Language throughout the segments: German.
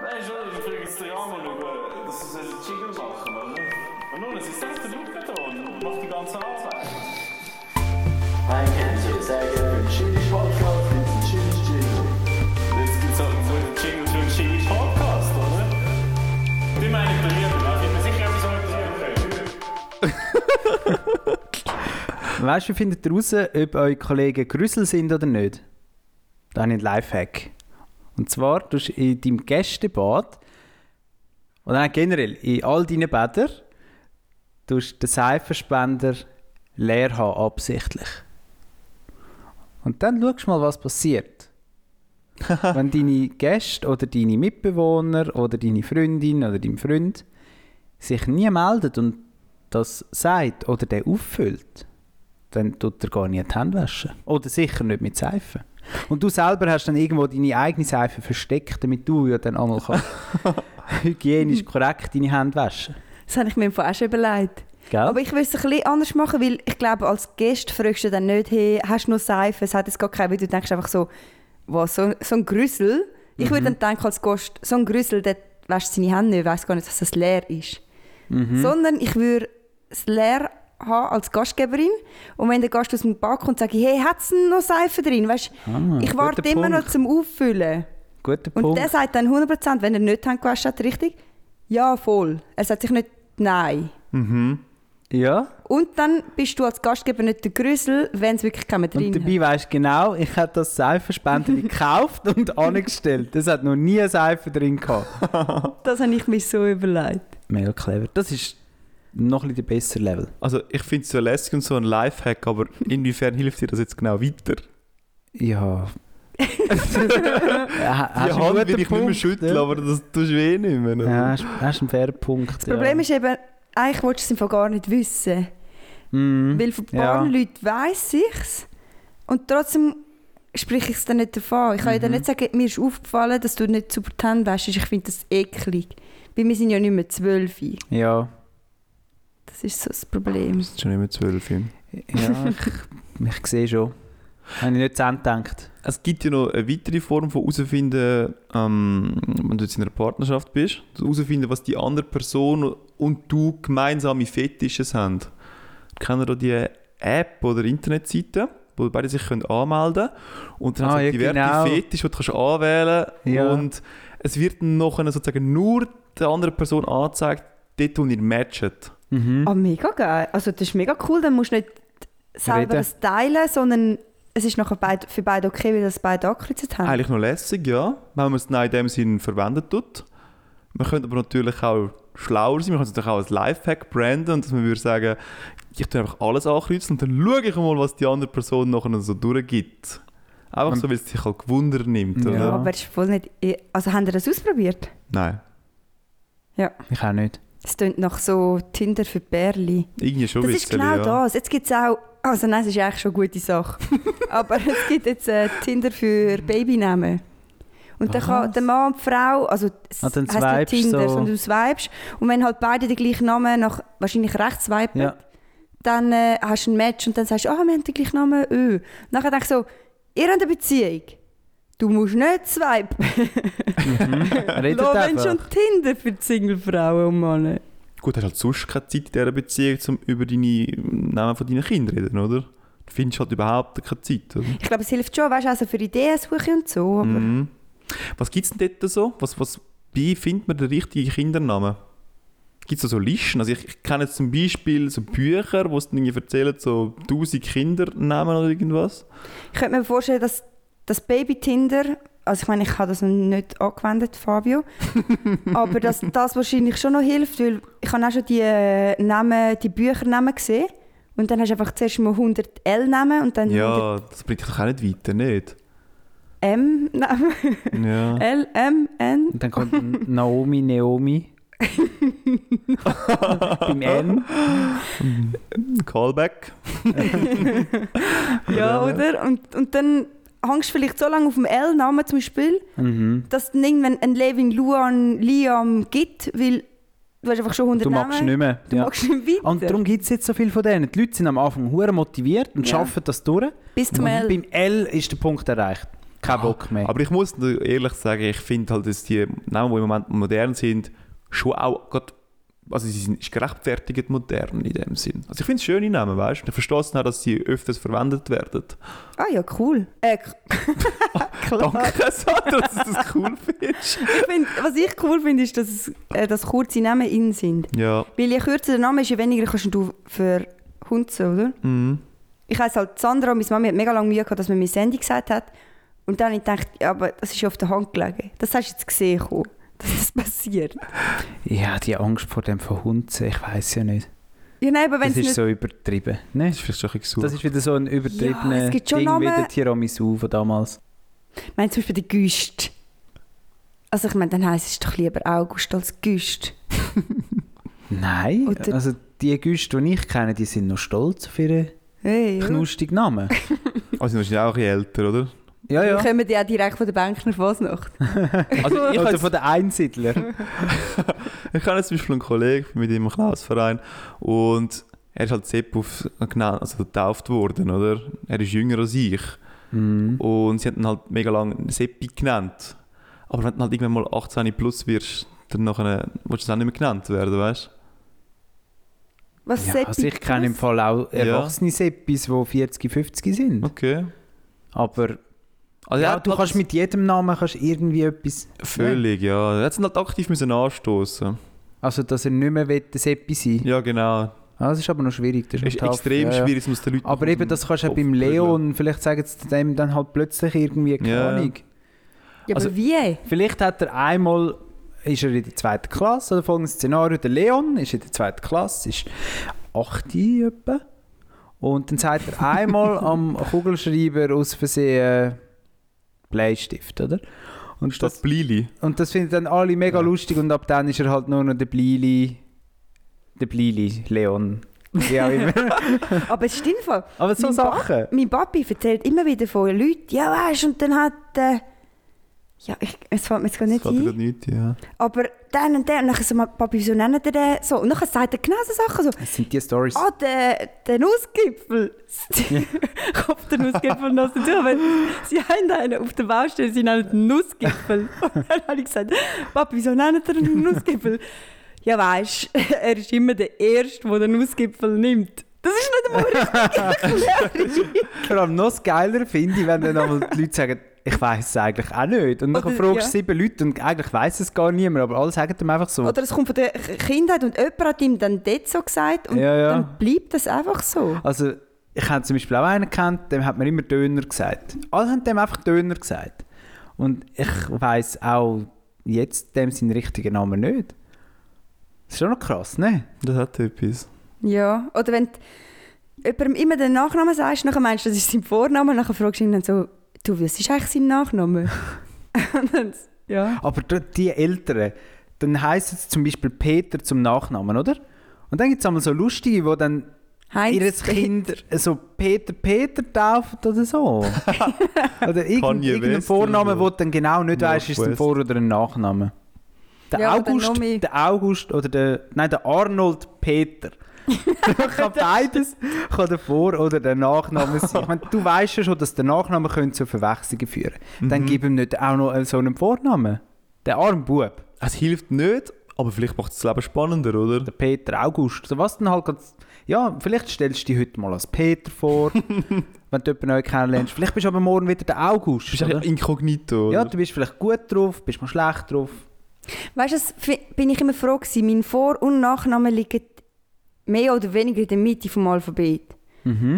Nein, schon, ich bringe jetzt den Rahmen über. Das ist ein Jingle machen, oder? Und nun, es ist selbst der Luftbeton und macht die ganze Arbeit. Nein, kennt ihr, sehr gerne. Chili Podcast mit dem Chili Chili. Jetzt gibt es halt so einen Jingle für einen Jingle Podcast, oder? Die meine ich bei mir, aber ich bin mir sicher, dass ich so etwas können. Weißt du, wie findet ihr raus, ob eure Kollegen Grüssel sind oder nicht? Da habe ich einen Lifehack. Und zwar tust du in deinem Gästebad oder nein, generell in all deinen Bädern tust du den Seifenspender leer haben, absichtlich. Und dann schaust du mal, was passiert. Wenn deine Gäste oder deine Mitbewohner oder deine Freundin oder dein Freund sich nie meldet und das sagt oder der auffüllt, dann tut er gar nicht die Hände waschen. Oder sicher nicht mit Seife. Und du selber hast dann irgendwo deine eigene Seife versteckt, damit du ja dann einmal kannst hygienisch korrekt deine Hände waschen Das habe ich mir im Fall auch schon überlegt. Gell? Aber ich würde es ein bisschen anders machen, weil ich glaube, als Gast fragst du dann nicht, hey, hast du noch Seife? Es hat jetzt gar keine, weil du denkst einfach so, was, so, so ein Grüssel? Ich würde Mhm. dann denken, als Gast, so ein Grüssel, der wäscht seine Hände nicht, weiß gar nicht, dass es leer ist. Mhm. Sondern ich würde es leer haben als Gastgeberin und wenn der Gast aus dem Bad kommt, sage ich, hey, hat es noch Seife drin? Weißt, Ah, ich warte guter immer noch Punkt. zum Auffüllen. Guter Und Punkt. der sagt dann 100%, wenn er nicht haben gewaschen hat, richtig? Ja, voll. Er sagt sich nicht nein. ja. Und dann bist du als Gastgeber nicht der Grüssel, wenn es wirklich keiner drin Und dabei weißt du genau, ich habe das Seifenspender gekauft und angestellt. Das hat noch nie eine Seife drin gehabt. hat. Das habe ich mir so überlegt. Mega clever. Das ist noch ein bisschen der bessere Level. Also ich finde es so lässig und so ein Lifehack, aber inwiefern hilft dir das jetzt genau weiter? Ja. Ha- Die hast einen Hand guten will ich nicht mehr Punkt, schütteln, ja? aber das tust du eh nicht mehr. Ja, hast, hast einen fairen Punkt. Das Problem ist eben, eigentlich willst du es im Fall gar nicht wissen. Mhm, Weil von ein paar ja. Leuten weiss ich es und trotzdem spreche ich es dann nicht davon. Ich kann ja dann Mhm. nicht sagen, mir ist aufgefallen, dass du nicht super die Hände wäschst. Ich finde das eklig. Weil wir sind ja nicht mehr zwölf. Ja. Das ist so das Problem. Das ist schon nicht mehr zwölf. Ja, ich, ich sehe schon. Habe ich nicht zu Ende gedacht. Es gibt ja noch eine weitere Form von herausfinden, ähm, wenn du jetzt in einer Partnerschaft bist, herausfinden, was die andere Person und du gemeinsame Fetisches haben. Kennen da die App oder Internetseite, wo beide sich können anmelden können und dann Ah, hast du ja, diverse genau. Fetische, die du kannst anwählen Ja. und es wird noch sozusagen nur der anderen Person angezeigt, dort, wo ihr matchet. Ah, mega geil. Also das ist mega cool, dann musst du nicht Reden. selber das teilen, sondern es ist nachher beid, für beide okay, weil das beide angekritzt haben. Eigentlich noch lässig, ja, wenn man es dann in dem Sinn verwendet tut. Man könnte aber natürlich auch schlauer sein, man könnte es natürlich auch als Lifehack branden und dass man würde sagen, ich tue einfach alles ankreuzen und dann schaue ich mal, was die andere Person nachher so durchgibt. Einfach so, weil es dich halt gewundert nimmt, Ja. ja. oder? Aber es ist voll nicht... Also haben ihr das ausprobiert? Nein, Ich auch nicht. Es klingt nach so Tinder für Bärli. irgendwie schon Das ein ist bisschen, genau ja. das. Jetzt gibt es auch... Also nein, es ist eigentlich schon eine gute Sache. Aber es gibt jetzt äh, Tinder für Hm. Babynamen. Und dann kann Was? der Mann und die Frau, also es Ah, dann heisst nicht swipest du Tinder, so. sondern du swipest. Und wenn halt beide den gleichen Namen nach wahrscheinlich rechts swipen, Ja. dann äh, hast du ein Match und dann sagst du, ah, wir haben den gleichen Namen, öh. Nachher denkst du so, ihr habt eine Beziehung. Du musst nicht swipen. Redet Lass wenn schon einfach. Tinder für die Singlefrauen oh und Männer. Gut, hast halt sonst keine Zeit in dieser Beziehung, um über deine Namen von deinen Kindern zu reden, oder? Du findest halt überhaupt keine Zeit, oder? Ich glaube, es hilft schon, weißt du, also für Ideensuche und so. Aber Mhm. Was gibt es denn dort so? Was, was, wie findet man den richtigen Kindernamen? Gibt es da so Listen? Also ich, ich kenne jetzt zum Beispiel so Bücher, wo es dann irgendwie erzählen, so 1000 Kindernamen oder irgendwas. Ich könnte mir vorstellen, dass das Baby-Tinder, also ich meine, ich habe das noch nicht angewendet, Fabio, aber dass das wahrscheinlich schon noch hilft, weil ich habe auch schon die, äh, Namen, die Büchernamen gesehen und dann hast du einfach zuerst mal 100 L-Namen und dann Ja, das bringt dich doch auch nicht weiter, nicht? 100 M-Namen. Ja. L, M, N. Und dann kommt Naomi, Naomi. Beim N. Ähm. Callback. Ja, oder? Und, und dann hängst du vielleicht so lange auf dem L-Namen zum Beispiel, Mhm. dass es dann irgendwann ein Levin, Luan, Liam gibt, weil du hast einfach schon 100 Du Namen. magst nicht mehr. Du Ja. magst nicht weiter. Und darum gibt es jetzt so viel von denen. Die Leute sind am Anfang hure motiviert und Ja. schaffen das durch. Bis zum und L. beim L ist der Punkt erreicht. keinen Bock mehr. Aber ich muss dir ehrlich sagen, ich finde halt, dass die Namen, die im Moment modern sind, schon auch gerade, also sie sind ist gerechtfertigt modern in dem Sinn. Also ich finde es schöne Namen, weißt du? Ich verstehe es auch, dass sie öfters verwendet werden. Ah ja, cool. Äh, k- klar. Danke, Sandra, dass du das cool findest. Ich find, was ich cool finde, ist, dass, es, äh, dass kurze Namen in sind. Ja. Weil je kürzer der Name ist, je weniger kannst du für Hunze, oder? Mhm. Ich heiße halt Sandra und meine Mama hat mega lange Mühe gehabt, dass man mir Sandy gesagt hat. Und dann habe ich gedacht, ja, aber das ist auf der Hand gelegen. Das hast du jetzt gesehen, Ko, dass das passiert. Ja, die Angst vor dem Verhunzen, ich weiß ja nicht. Ja, nein, aber wenn Das es nicht... ist so übertrieben. Ne? Das ist vielleicht schon ein bisschen Das ist wieder so ein übertriebenes Ja, es gibt schon Ding wie Namen- der Tiramisu von damals. Ich meine, zum Beispiel der Güst. Also ich meine, dann heisst es doch lieber August als Güst. Nein, Oder- also die Güste, die ich kenne, die sind noch stolz auf ihren Hey, ja. knustigen Namen. Also sind wahrscheinlich auch ein bisschen älter, oder? Ja, ja. Dann kommen die ja direkt von der Bankner Fasnacht. Also ich, Oder habe von den Einsiedlern. ich habe jetzt zum Beispiel einen Kollegen mit ihm im Klausverein und er ist halt Sepp auf, genannt, also getauft worden, oder? Er ist jünger als ich. Mhm. Und sie haben ihn halt mega lange Seppi genannt. Aber wenn du halt irgendwann mal 18 plus wirst, dann nachher, willst du dann auch nicht mehr genannt werden, weißt du? Was Ja, also ich kenne im Fall auch Ja. erwachsene Seppis, die 40, 50 sind. Okay. Aber Also er ja, hat du halt kannst mit jedem Namen kannst irgendwie etwas... Völlig, ja. Er hat ihn halt aktiv müssen anstoßen. Also, dass er nicht mehr will, ein Seppi sein will. Ja, genau. Ah, das ist aber noch schwierig. Das Das ist, ist noch tough. extrem Ja, ja. schwierig, es muss den Leuten Aber aus eben, dem das kannst du auch Kopf beim prügeln. Leon, vielleicht sagen sie dem dann halt plötzlich irgendwie, keine Ja. Ahnung. Ja, aber also- wie? Vielleicht hat er einmal, ist er in der zweiten Klasse, oder folgendes Szenario, der Leon ist in der zweiten Klasse, ist 8 etwa. Und dann sagt er einmal am Kugelschreiber aus Versehen äh, Bleistift, oder? Und das, Statt Blili. und das finden dann alle mega Ja. lustig und ab dann ist er halt nur noch der Blili, der Blili, Leon. Wie auch immer. Aber es stimmt voll. Aber so Mein Papa- Sachen. Mein Papi erzählt immer wieder von Leuten, ja weißt und dann hat äh, ja, ich, es fällt mir jetzt gar Das nicht hat er ein. nicht, ja. Aber dann und der, und dann so, mein Papi, wieso nennt ihr den so? Und dann sagt er genau so Sachen so, Das sind die Stories. ah, der, der Nussgipfel. ich hoffe, der Nussgipfel noch dazu, aber sie haben einen auf der Baustelle, sie nennen ihn Nussgipfel. Und dann habe ich gesagt, Papi, wieso nennt ihr den Nussgipfel? ja weisst, er ist immer der Erste, der den Nussgipfel nimmt. Das ist nicht einmal richtig erklärend. Vor allem noch das geiler finde ich, wenn dann einmal die Leute sagen, ich weiß es eigentlich auch nicht. Und dann Oder- fragst du ja. sieben Leute und eigentlich weiß es gar niemand, aber alle sagen dem einfach so. Oder es kommt von der K- Kindheit und jemand hat ihm dann dort so gesagt und Ja, ja. dann bleibt das einfach so. also ich habe zum Beispiel auch einen gekannt, dem hat man immer Döner gesagt. Alle haben dem einfach Döner gesagt. Und ich weiß auch jetzt dem seinen richtigen Namen nicht. Das ist schon noch krass, ne? Das hat etwas. Ja, oder wenn du jemandem immer den Nachnamen sagst, nachher meinst du, das ist sein Vorname, und nachher fragst du ihn dann so, du, was ist eigentlich sein Nachname? und dann, ja. Aber d- die Älteren, dann heisst es zum Beispiel Peter zum Nachnamen, oder? Und dann gibt es einmal so Lustige, die dann Heinz, ihres Kind so Peter Peter tauft oder so. oder irgendein, Kanye irgendein West Vorname, oder so. wo du dann genau nicht North weißt, ist es ein West. Vor- oder ein Nachname. Der, Ja, oder August, noch mehr. der August oder der, nein, der Arnold Peter. kann beides kann der Vor- oder der Nachname sein. Ich meine, du weißt ja schon, dass der Nachname könnte zu Verwechslungen führen Dann Mhm. gib ihm nicht auch noch äh, so einen Vornamen. Der arme Bub, Es hilft nicht, aber vielleicht macht es das Leben spannender, oder? der Peter August. So was denn halt ganz, ja, vielleicht stellst du dich heute mal als Peter vor, wenn du jemanden neu kennenlernst. Vielleicht bist du aber morgen wieder der August. Du bist oder? eigentlich inkognito, Ja, oder? du bist vielleicht gut drauf, bist mal schlecht drauf. Weißt du, das fi- bin ich immer froh gewesen, mein Vor- und Nachname liegen mehr oder weniger in der Mitte vom Alphabet. Mhm.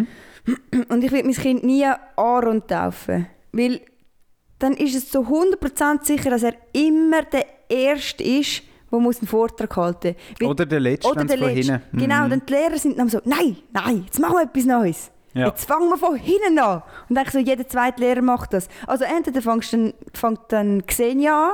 Und ich will mein Kind nie Aaron taufen, weil dann ist es zu 100% sicher, dass er immer der Erste ist, der muss einen Vortrag halten muss. Oder der Letzte, wenn es von hinten. Mhm. Genau, dann die Lehrer sind dann so, nein, nein, jetzt machen wir etwas Neues. Ja. Jetzt fangen wir von hinten an. Und dann so, jeder zweite Lehrer macht das. Also entweder fängst du dann, fängt dann Xenia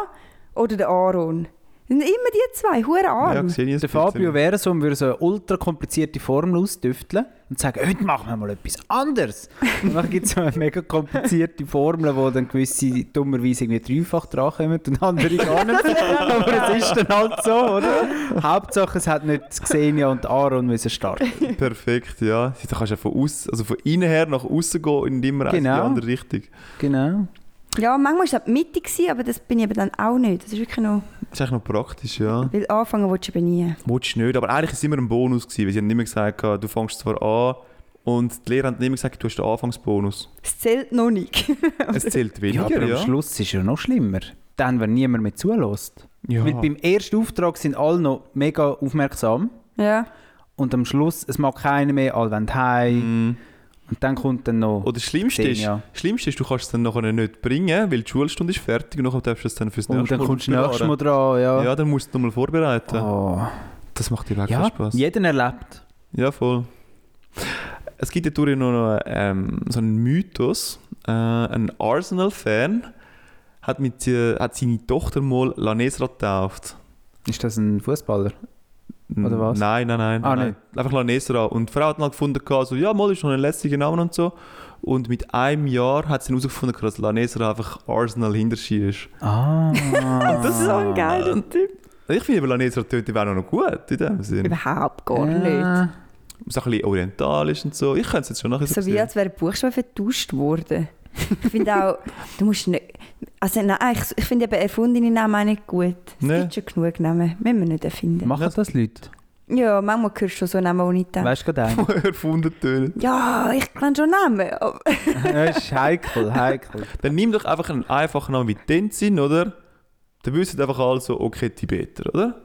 an oder der Aaron. Sind immer die zwei, hure ja arm. gesehen, Der Fabio wäre so und würde so eine ultra komplizierte Formel ausdüfteln und sagen, heute machen wir mal etwas anderes. Und dann gibt es so eine mega komplizierte Formel, wo dann gewisse dummerweise irgendwie dreifach drankommen und andere gar nicht. Aber es ist dann halt so, oder? Hauptsache, es hat nicht Xenia und Aaron müssen starten. Perfekt, ja. Du kannst ja von, aus, also von innen her nach außen gehen und immer eins in Genau. die andere Richtung. Genau. Ja, manchmal war es auch die Mitte, gewesen, aber das bin ich eben dann auch nicht. Das ist wirklich noch... Das ist eigentlich noch praktisch, ja. Weil anfangen willst du eben nie. Wolltest du nicht, aber eigentlich war es immer ein Bonus, gewesen, weil sie haben immer gesagt, du fängst zwar an und die Lehrer haben immer gesagt, du hast den Anfangsbonus. Es zählt noch nicht. Es zählt Ja, weniger, aber ja. am Schluss ist es ja noch schlimmer. Dann, wenn niemand mehr zulässt. Ja. Weil beim ersten Auftrag sind alle noch mega aufmerksam. ja. Und am Schluss, es mag keiner mehr, alle wollen heim. Mhm. Und dann kommt dann noch... Oder das Schlimmste Zehn, ist, ja. das Schlimmste ist, du kannst es dann nachher nicht bringen, weil die Schulstunde ist fertig und nachher darfst du es dann fürs und nächste dann Mal kommst du nächstes Mal aufbewahren. dran, ja. Ja, dann musst du es nochmal vorbereiten. oh. Das macht dir wirklich ja Spaß. jeden erlebt. Ja, voll. Es gibt ja durch noch ähm, so einen Mythos. Äh, ein Arsenal-Fan hat, mit, äh, hat seine Tochter mal Lanesra getauft. Ist das ein Fußballer? Oder was? Hm, Nein, nein, nein. Ah, nein. Einfach Lanesra. Und die Frau hat dann halt gefunden, gehabt, so, ja, mal ist schon ein lässiger Name und so. Und mit einem Jahr hat sie dann herausgefunden, gehabt, dass Lanesra einfach Arsenal hinter sie ist. Ah. Das ist so ein geiler Typ. Also Ich finde aber Lanesra tönt wäre noch gut in dem Sinne. Überhaupt gar Äh, nicht. Ja. So ein bisschen orientalisch und so. Ich könnte es jetzt schon nachher So wie als wäre ein Buchstabe vertauscht worden. Ich finde auch, du musst nicht... Also nein, ich, ich finde eben erfundene Namen auch nicht gut. Es Nee. gibt schon genug Namen, müssen wir nicht erfinden. Machen das Leute? ja, manchmal hörst du schon so Namen, die ich denke. Weißt du gerade einen? erfunden tönen. Ja, ich kenne schon Namen. aber- das ist heikel, heikel. Dann nimm doch einfach einen einfachen Namen wie Tenzin, oder? Dann wissen einfach alle so, okay, Tibeter, oder?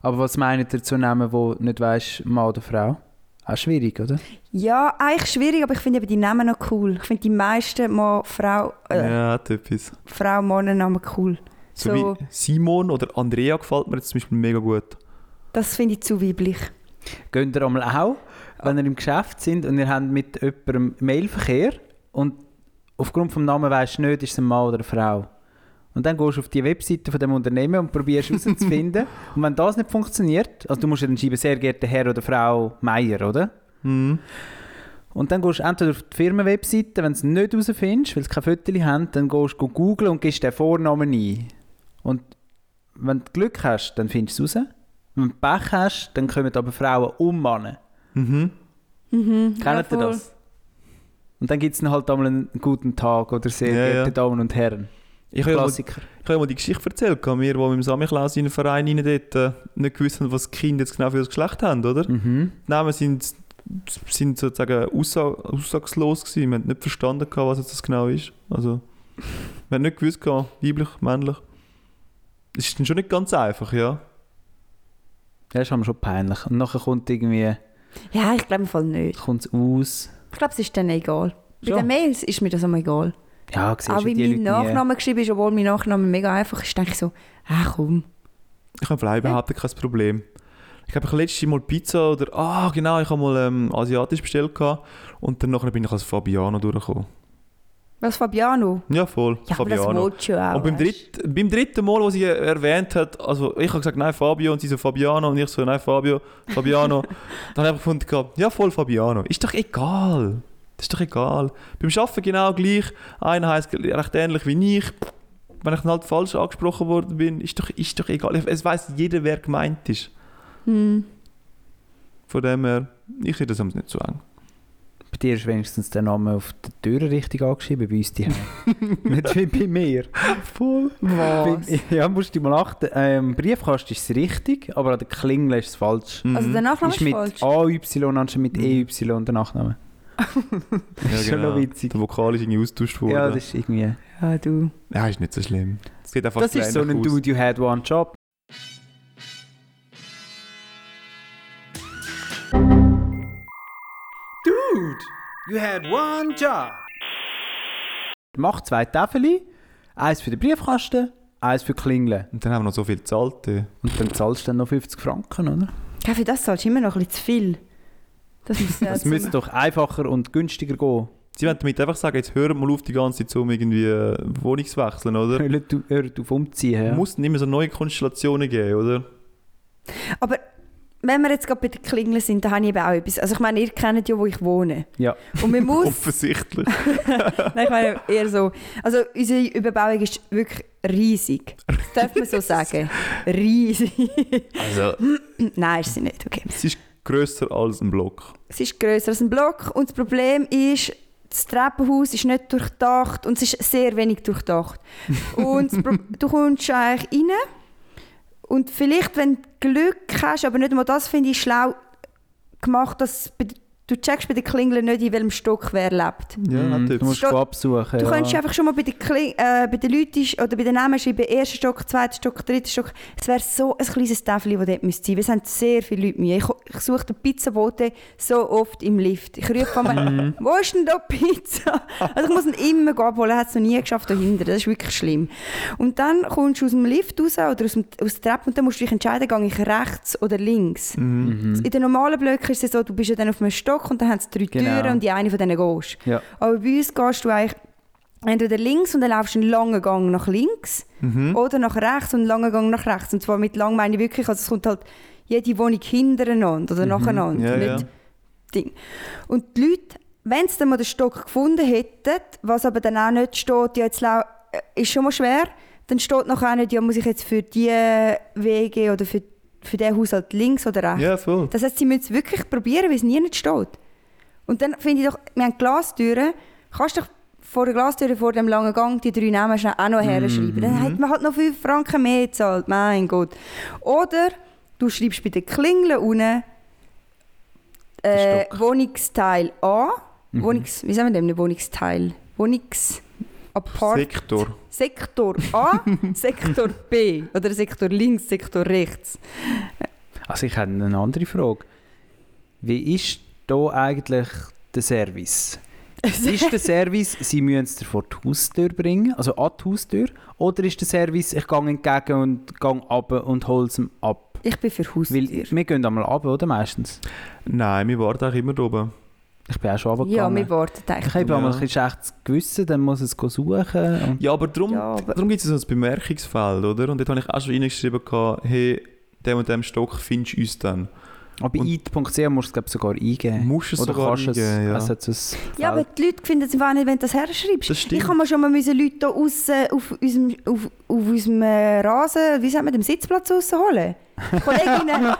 Aber was meint ihr zu Namen, wo nicht weisst, Mann oder Frau? Auch schwierig, oder? Ja, eigentlich schwierig, aber ich finde eben die Namen noch cool. Ich finde die meisten Mann, Frau, äh, Ja, hat etwas. Frau, Mann, Namen cool. So, So. wie Simon oder Andrea gefällt mir jetzt zum Beispiel mega gut. Das finde ich zu weiblich. Geht ihr einmal auch, wenn ihr im Geschäft sind und ihr habt mit jemandem Mailverkehr und aufgrund des Namens weisst du nicht, ist es ein Mann oder eine Frau. Und dann gehst du auf die Webseite von dem Unternehmen und probierst herauszufinden. und wenn das nicht funktioniert, also du musst ja dann schreiben, sehr geehrter Herr oder Frau Meier, oder? Mhm. Und dann gehst du entweder auf die Firmenwebseite, wenn du es nicht herausfindest, weil sie keine Fotos haben, dann gehst du googeln und gibst den Vornamen ein. Und wenn du Glück hast, dann findest du es raus. Wenn du Pech hast, dann kommen aber Frauen und Männer. Mhm. Mhm. Kennt ihr das? Und dann gibt es halt einmal einen guten Tag oder sehr Ja, geehrte ja. Damen und Herren. Ich habe ja mal, Klassiker. ich habe ja mal die Geschichte erzählt, gehabt, wir, die mit dem Samichlaus in den Verein rein dort, äh, nicht gewusst haben, was die Kinder jetzt genau für das Geschlecht haben, oder? Mhm. Die Namen sind, sind sozusagen aussa aussagslos gewesen. Wir haben nicht verstanden, gehabt, was jetzt das genau ist. Also, wir haben nicht gewusst, gehabt, weiblich, männlich. Es ist dann schon nicht ganz einfach, ja. Das ist aber schon peinlich. Und nachher kommt irgendwie, Ja, ich glaube im Fall nicht. kommt es aus. Ich glaube, es ist dann egal. Bei Schon? den Mails ist mir das immer egal. Ja, siehst Auch du, wenn die Leute Ah, mein nie. Nachname geschrieben ist, obwohl mein Nachname mega einfach ist, denke ich so, ach komm. Ich habe vielleicht überhaupt kein Problem. Ich habe letztes Mal Pizza oder, ah genau, ich habe mal ähm, asiatisch bestellt gehabt, und dann nachher bin ich als Fabiano durchgekommen. Was Fabiano? Ja, voll, Ja, aber das Fabiano. willst du ja auch. Und beim, weißt. dritt, beim dritten Mal, wo sie erwähnt hat, also ich habe gesagt, nein, Fabio, und sie so, Fabiano, und ich so, nein, Fabio, Fabiano. dann habe ich gefunden, gehabt, ja, voll Fabiano. Ist doch egal. Das ist doch egal. Beim Arbeiten genau gleich. Einer heißt recht ähnlich wie ich. Wenn ich dann halt falsch angesprochen worden bin, ist doch, ist doch egal. Es weiß jeder, wer gemeint ist. Hm. Von dem her, ich sehe das am nicht so eng. Bei dir ist wenigstens der Name auf der Tür richtig angeschrieben, bei uns die Nicht wie bei mir. Voll. Was? Bin- Ja, musst du mal achten. Ähm, Briefkasten ist es richtig, aber an der Klingel ist es falsch. Mhm. Also der Nachname Hm, Ist ist, mit falsch. AY anstatt mit EY der Nachname. ja, genau. ist schon noch witzig. Der Vokal ist irgendwie austauscht worden. Ja, das ist irgendwie. Ja, du. Ja, ist nicht so schlimm. Es geht einfach Das ist so ähnlich ein aus. Dude, you had one job. Dude, you had one job. Mach zwei Tafel, eins für den Briefkasten, eins für die Klingeln. Und dann haben wir noch so viel gezahlt. ey. Und dann zahlst du dann noch 50 Franken, oder? Ja, für das zahlst du immer noch ein bisschen zu viel. Das muss ja Das zum- müsste doch einfacher und günstiger gehen. Sie wollen damit einfach sagen, jetzt hören mal auf die ganze Zeit, um irgendwie äh, Wohnung zu wechseln, oder? Hört auf- hört auf umziehen. Ja. Muss es nicht immer so neue Konstellationen geben, oder? Aber wenn wir jetzt gerade bei den Klingeln sind, da habe ich eben auch etwas. Also ich meine, ihr kennt ja, wo ich wohne. Ja. Und man muss... Offensichtlich. Nein, ich meine eher so. Also unsere Überbauung ist wirklich riesig. Das darf man so sagen. Riesig. Also, Nein, ist sie nicht. Okay. es ist grösser als ein Block. Es ist grösser als ein Block und das Problem ist, das Treppenhaus ist nicht durchdacht und es ist sehr wenig durchdacht. Und das Pro- du kommst eigentlich rein und vielleicht, wenn du Glück hast, aber nicht mal das finde ich schlau gemacht, dass bei- du checkst bei den Klingeln nicht, in welchem Stock wer lebt. Ja, Mhm, natürlich. Du musst Steht- go absuchen. Du ja. könntest einfach schon mal bei den, Kling äh, bei den Leuten sch- oder bei den Namen schreiben, erster Stock, zweiter Stock, dritter Stock. Es wäre so ein kleines Täfeli, das dort müsste sein. Wir haben sehr viele Leute Mühe. Ich, ich suche den Pizzabote so oft im Lift. Ich rufe Mhm. mal, wo ist denn da die Pizza? Also ich muss ihn immer gehen abholen, er hat es noch nie geschafft da hinten. Das ist wirklich schlimm. Und dann kommst du aus dem Lift raus oder aus, dem, aus der Treppe und dann musst du dich entscheiden, gehe ich rechts oder links. Mhm. In den normalen Blöcken ist es so, du bist ja dann auf einem Stock und dann haben sie drei Genau. Türen und die eine von denen gehst. Ja. Aber bei uns gehst du eigentlich entweder links und dann laufst du einen langen Gang nach links Mhm. oder nach rechts und einen langen Gang nach rechts. Und zwar mit lang meine ich wirklich, also es kommt halt jede Wohnung hintereinander oder nacheinander. Mhm. Ja, ja. nicht Ding. Und die Leute, wenn sie dann mal den Stock gefunden hätten, was aber dann auch nicht steht, ja, jetzt lau- äh, ist schon mal schwer, dann steht noch auch nicht, ja, muss ich jetzt für die Wege oder für, für den Haushalt links oder rechts. Ja, voll. Das heißt, sie müssen es wirklich probieren, weil es nie nicht steht. Und dann finde ich doch, wir haben Glastüren, kannst doch vor der Glastüre, vor dem langen Gang, die drei Namen schnell auch noch herschreiben. Dann hat man halt noch 5 Franken mehr gezahlt, mein Gott. Oder du schreibst bei den Klingeln unten äh, Wohnungsteil A, Wohnungs, wie sagen wir dem, nicht Wohnungsteil, Wohnungs... Apart Sektor. Sektor A, Sektor B oder Sektor links, Sektor rechts. Also ich habe eine andere Frage. Wie ist da eigentlich der Service? ist der Service, sie müssen es dir vor die Haustür bringen, also an die Haustür, oder ist der Service, ich gehe entgegen und gehe runter und hole es ihm ab? Ich bin für Weil Haustier. wir gehen einmal runter, oder meistens? Nein, wir warten auch immer da oben. Ich bin auch schon Ja, runtergegangen. wir warten ich eigentlich. habe einmal Ja. ein bisschen schlechtes Gewissen, dann muss ich es go suchen. Und Ja, aber darum, Ja, aber- darum gibt es so ein Bemerkungsfeld, oder? Und dort habe ich auch schon reingeschrieben, gehabt, hey, dem und dem Stock findest du uns dann. aber bei Und- it.ch musst du es glaub, sogar eingeben. Musst es oder sogar kannst eingeben, es, ja. also es Ja, aber die Leute finden es einfach nicht, wenn du das herschreibst. Das stimmt. Ich habe mir schon mal müssen Leute hier aussen auf unserem, auf, auf unserem äh, Rasen, wie sagt man, dem Sitzplatz rausholen. Die Kolleginnen,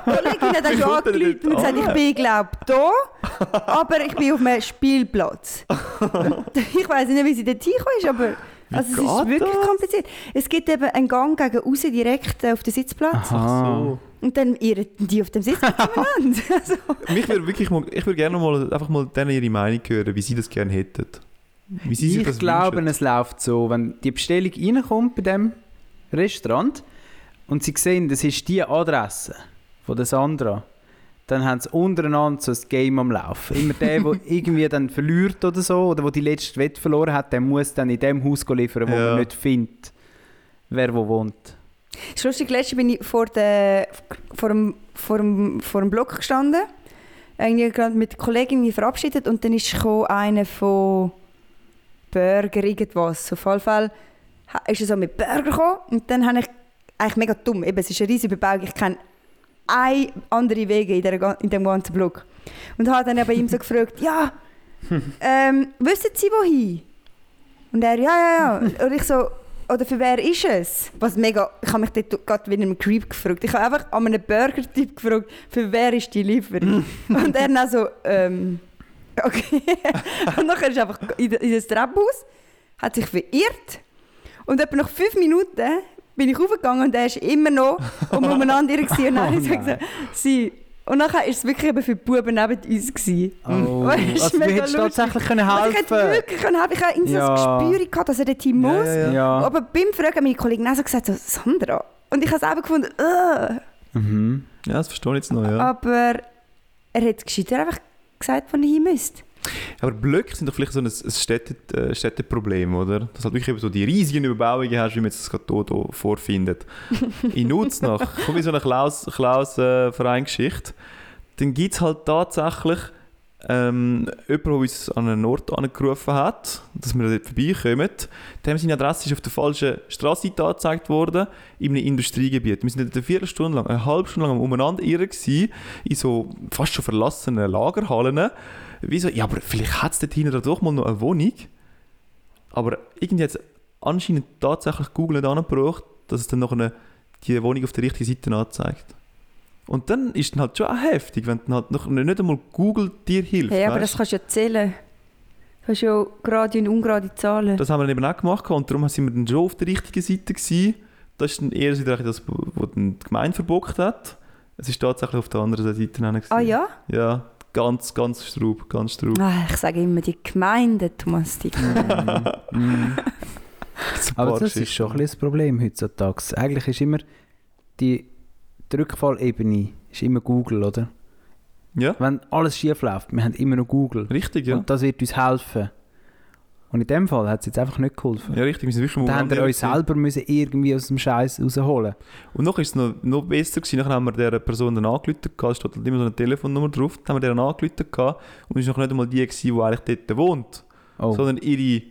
die Kolleginnen haben schon kommt angerufen denn und gesagt, dort ich bin, glaube ich, hier, aber ich bin auf einem Spielplatz. ich weiß nicht, wie sie dort hingekommen ist, aber also es ist geht wirklich das? kompliziert. Es gibt eben einen Gang gegen raus, direkt äh, auf den Sitzplatz. So. Und dann irren die auf dem Sitzplatz umeinander. Also, Mich würde wirklich mal, ich würde gerne mal einfach mal denen ihre Meinung hören, wie sie das gerne hätten. Wie sie sich ich das glaube, wünschen. es läuft so, wenn die Bestellung reinkommt bei dem Restaurant und sie sehen, das ist die Adresse von der Sandra, dann haben sie untereinander so ein Game am Laufen. Immer der, der irgendwie dann verliert oder so, oder wo die letzte Wette verloren hat, der muss dann in dem Haus go liefern, wo Ja. man nicht findet, wer wo wohnt. Es ist lustig, letztens bin ich vor, der, vor, dem, vor, dem, vor dem Block gestanden. Irgendwie gerade mit der Kollegin mich verabschiedet und dann ist gekommen einer von Burger irgendwas. Auf jeden Fall ha- ist er so mit Burger gekommen und dann habe ich eigentlich mega dumm, eben, es ist eine riesige Bebauung, ich kenne ein andere Wege in, der, gan- in dem ganzen Block. Und habe dann bei ihm so gefragt, ja, ähm, wissen Sie wohin? Und er, ja, ja, ja. Und ich so, oder für wer ist es? Was mega, ich habe mich dort gerade wie in einem Creep gefragt. Ich habe einfach an einem Burger-Typ gefragt, für wer ist die Lieferung? und er dann so, ähm, okay. und dann ist er einfach in das- in das Treppenhaus, hat sich verirrt. Und etwa nach fünf Minuten bin ich raufgegangen und er ist immer noch um umeinander irre gewesen. Und dann habe ich so Oh nein. gesagt, sie. Und nachher war es wirklich eben für die Buben neben uns. Gewesen. Oh, Das ist also du mega hättest lustig. tatsächlich können Also ich hätte helfen wirklich können, helfen. ich habe irgendwie so Ja. ein Gespür gehabt, dass er dort hin muss. Ja, ja, ja. Ja. Aber beim Fragen haben meine Kollegen auch so gesagt, so, Sandra. Und ich habe es selber gefunden, «Ugh.» Mhm. ja, das verstehe ich jetzt noch, Oh, Ah, ja. aber er hat gescheiter einfach gesagt, wo ich hin müsste. Aber Blöcke sind doch vielleicht so ein, ein Städte, äh, Städteproblem, oder? Dass halt wirklich eben so die riesigen Überbauungen hast, wie man jetzt das gerade hier- hier vorfindet. In Nutznach, komm in so eine Klaus-Verein-Geschichte, Klaus, äh, Vereinsgeschichte, dann gibt es halt tatsächlich ähm, jemanden, der uns an einen Ort angerufen hat, dass wir dort vorbeikommen. Dem seine Adresse ist auf der falschen Straße angezeigt worden, in einem Industriegebiet. Wir sind dort eine Viertelstunde lang, eine halbe Stunde lang umeinander irren gewesen, in so fast schon verlassenen Lagerhallen. Wieso? Ja, aber vielleicht hat es dort hinten doch mal noch eine Wohnung. Aber irgendwie hat es anscheinend tatsächlich Google nicht angebracht, dass es dann noch eine, die Wohnung auf der richtigen Seite anzeigt. Und dann ist dann halt schon auch heftig, wenn dann halt noch nicht einmal Google dir hilft. Hey, aber weißt? das kannst du ja zählen. Du hast ja gerade und ungerade Zahlen. Das haben wir dann eben auch gemacht und darum sind wir dann schon auf der richtigen Seite gewesen. Das ist dann eher wieder das, was dann die Gemeinde verbockt hat. Es ist tatsächlich auf der anderen Seite gewesen. ah ja? Ja, ganz, ganz straub, ganz straub. Ah, ich sage immer die Gemeinde, Thomas. Die Ein paar Aber das ist Geschichten. schon ein bisschen das Problem heutzutage. Eigentlich ist immer die, die Rückfallebene ist immer Google, oder? Ja, Wenn alles schief läuft, wir haben immer noch Google. richtig, ja. Und das wird uns helfen. Und in dem Fall hat es jetzt einfach nicht geholfen. Ja, richtig, wir sind wirklich am da haben wir Umgang euch selber müssen irgendwie aus dem Scheiß rausholen. Und noch ist es noch, noch besser gewesen. Nachher haben wir dieser Person dann angerufen. Es steht halt immer so eine Telefonnummer drauf. Dann haben wir der angerufen. Und es war noch nicht einmal die, gewesen, die eigentlich dort wohnt, Oh. sondern ihre äh,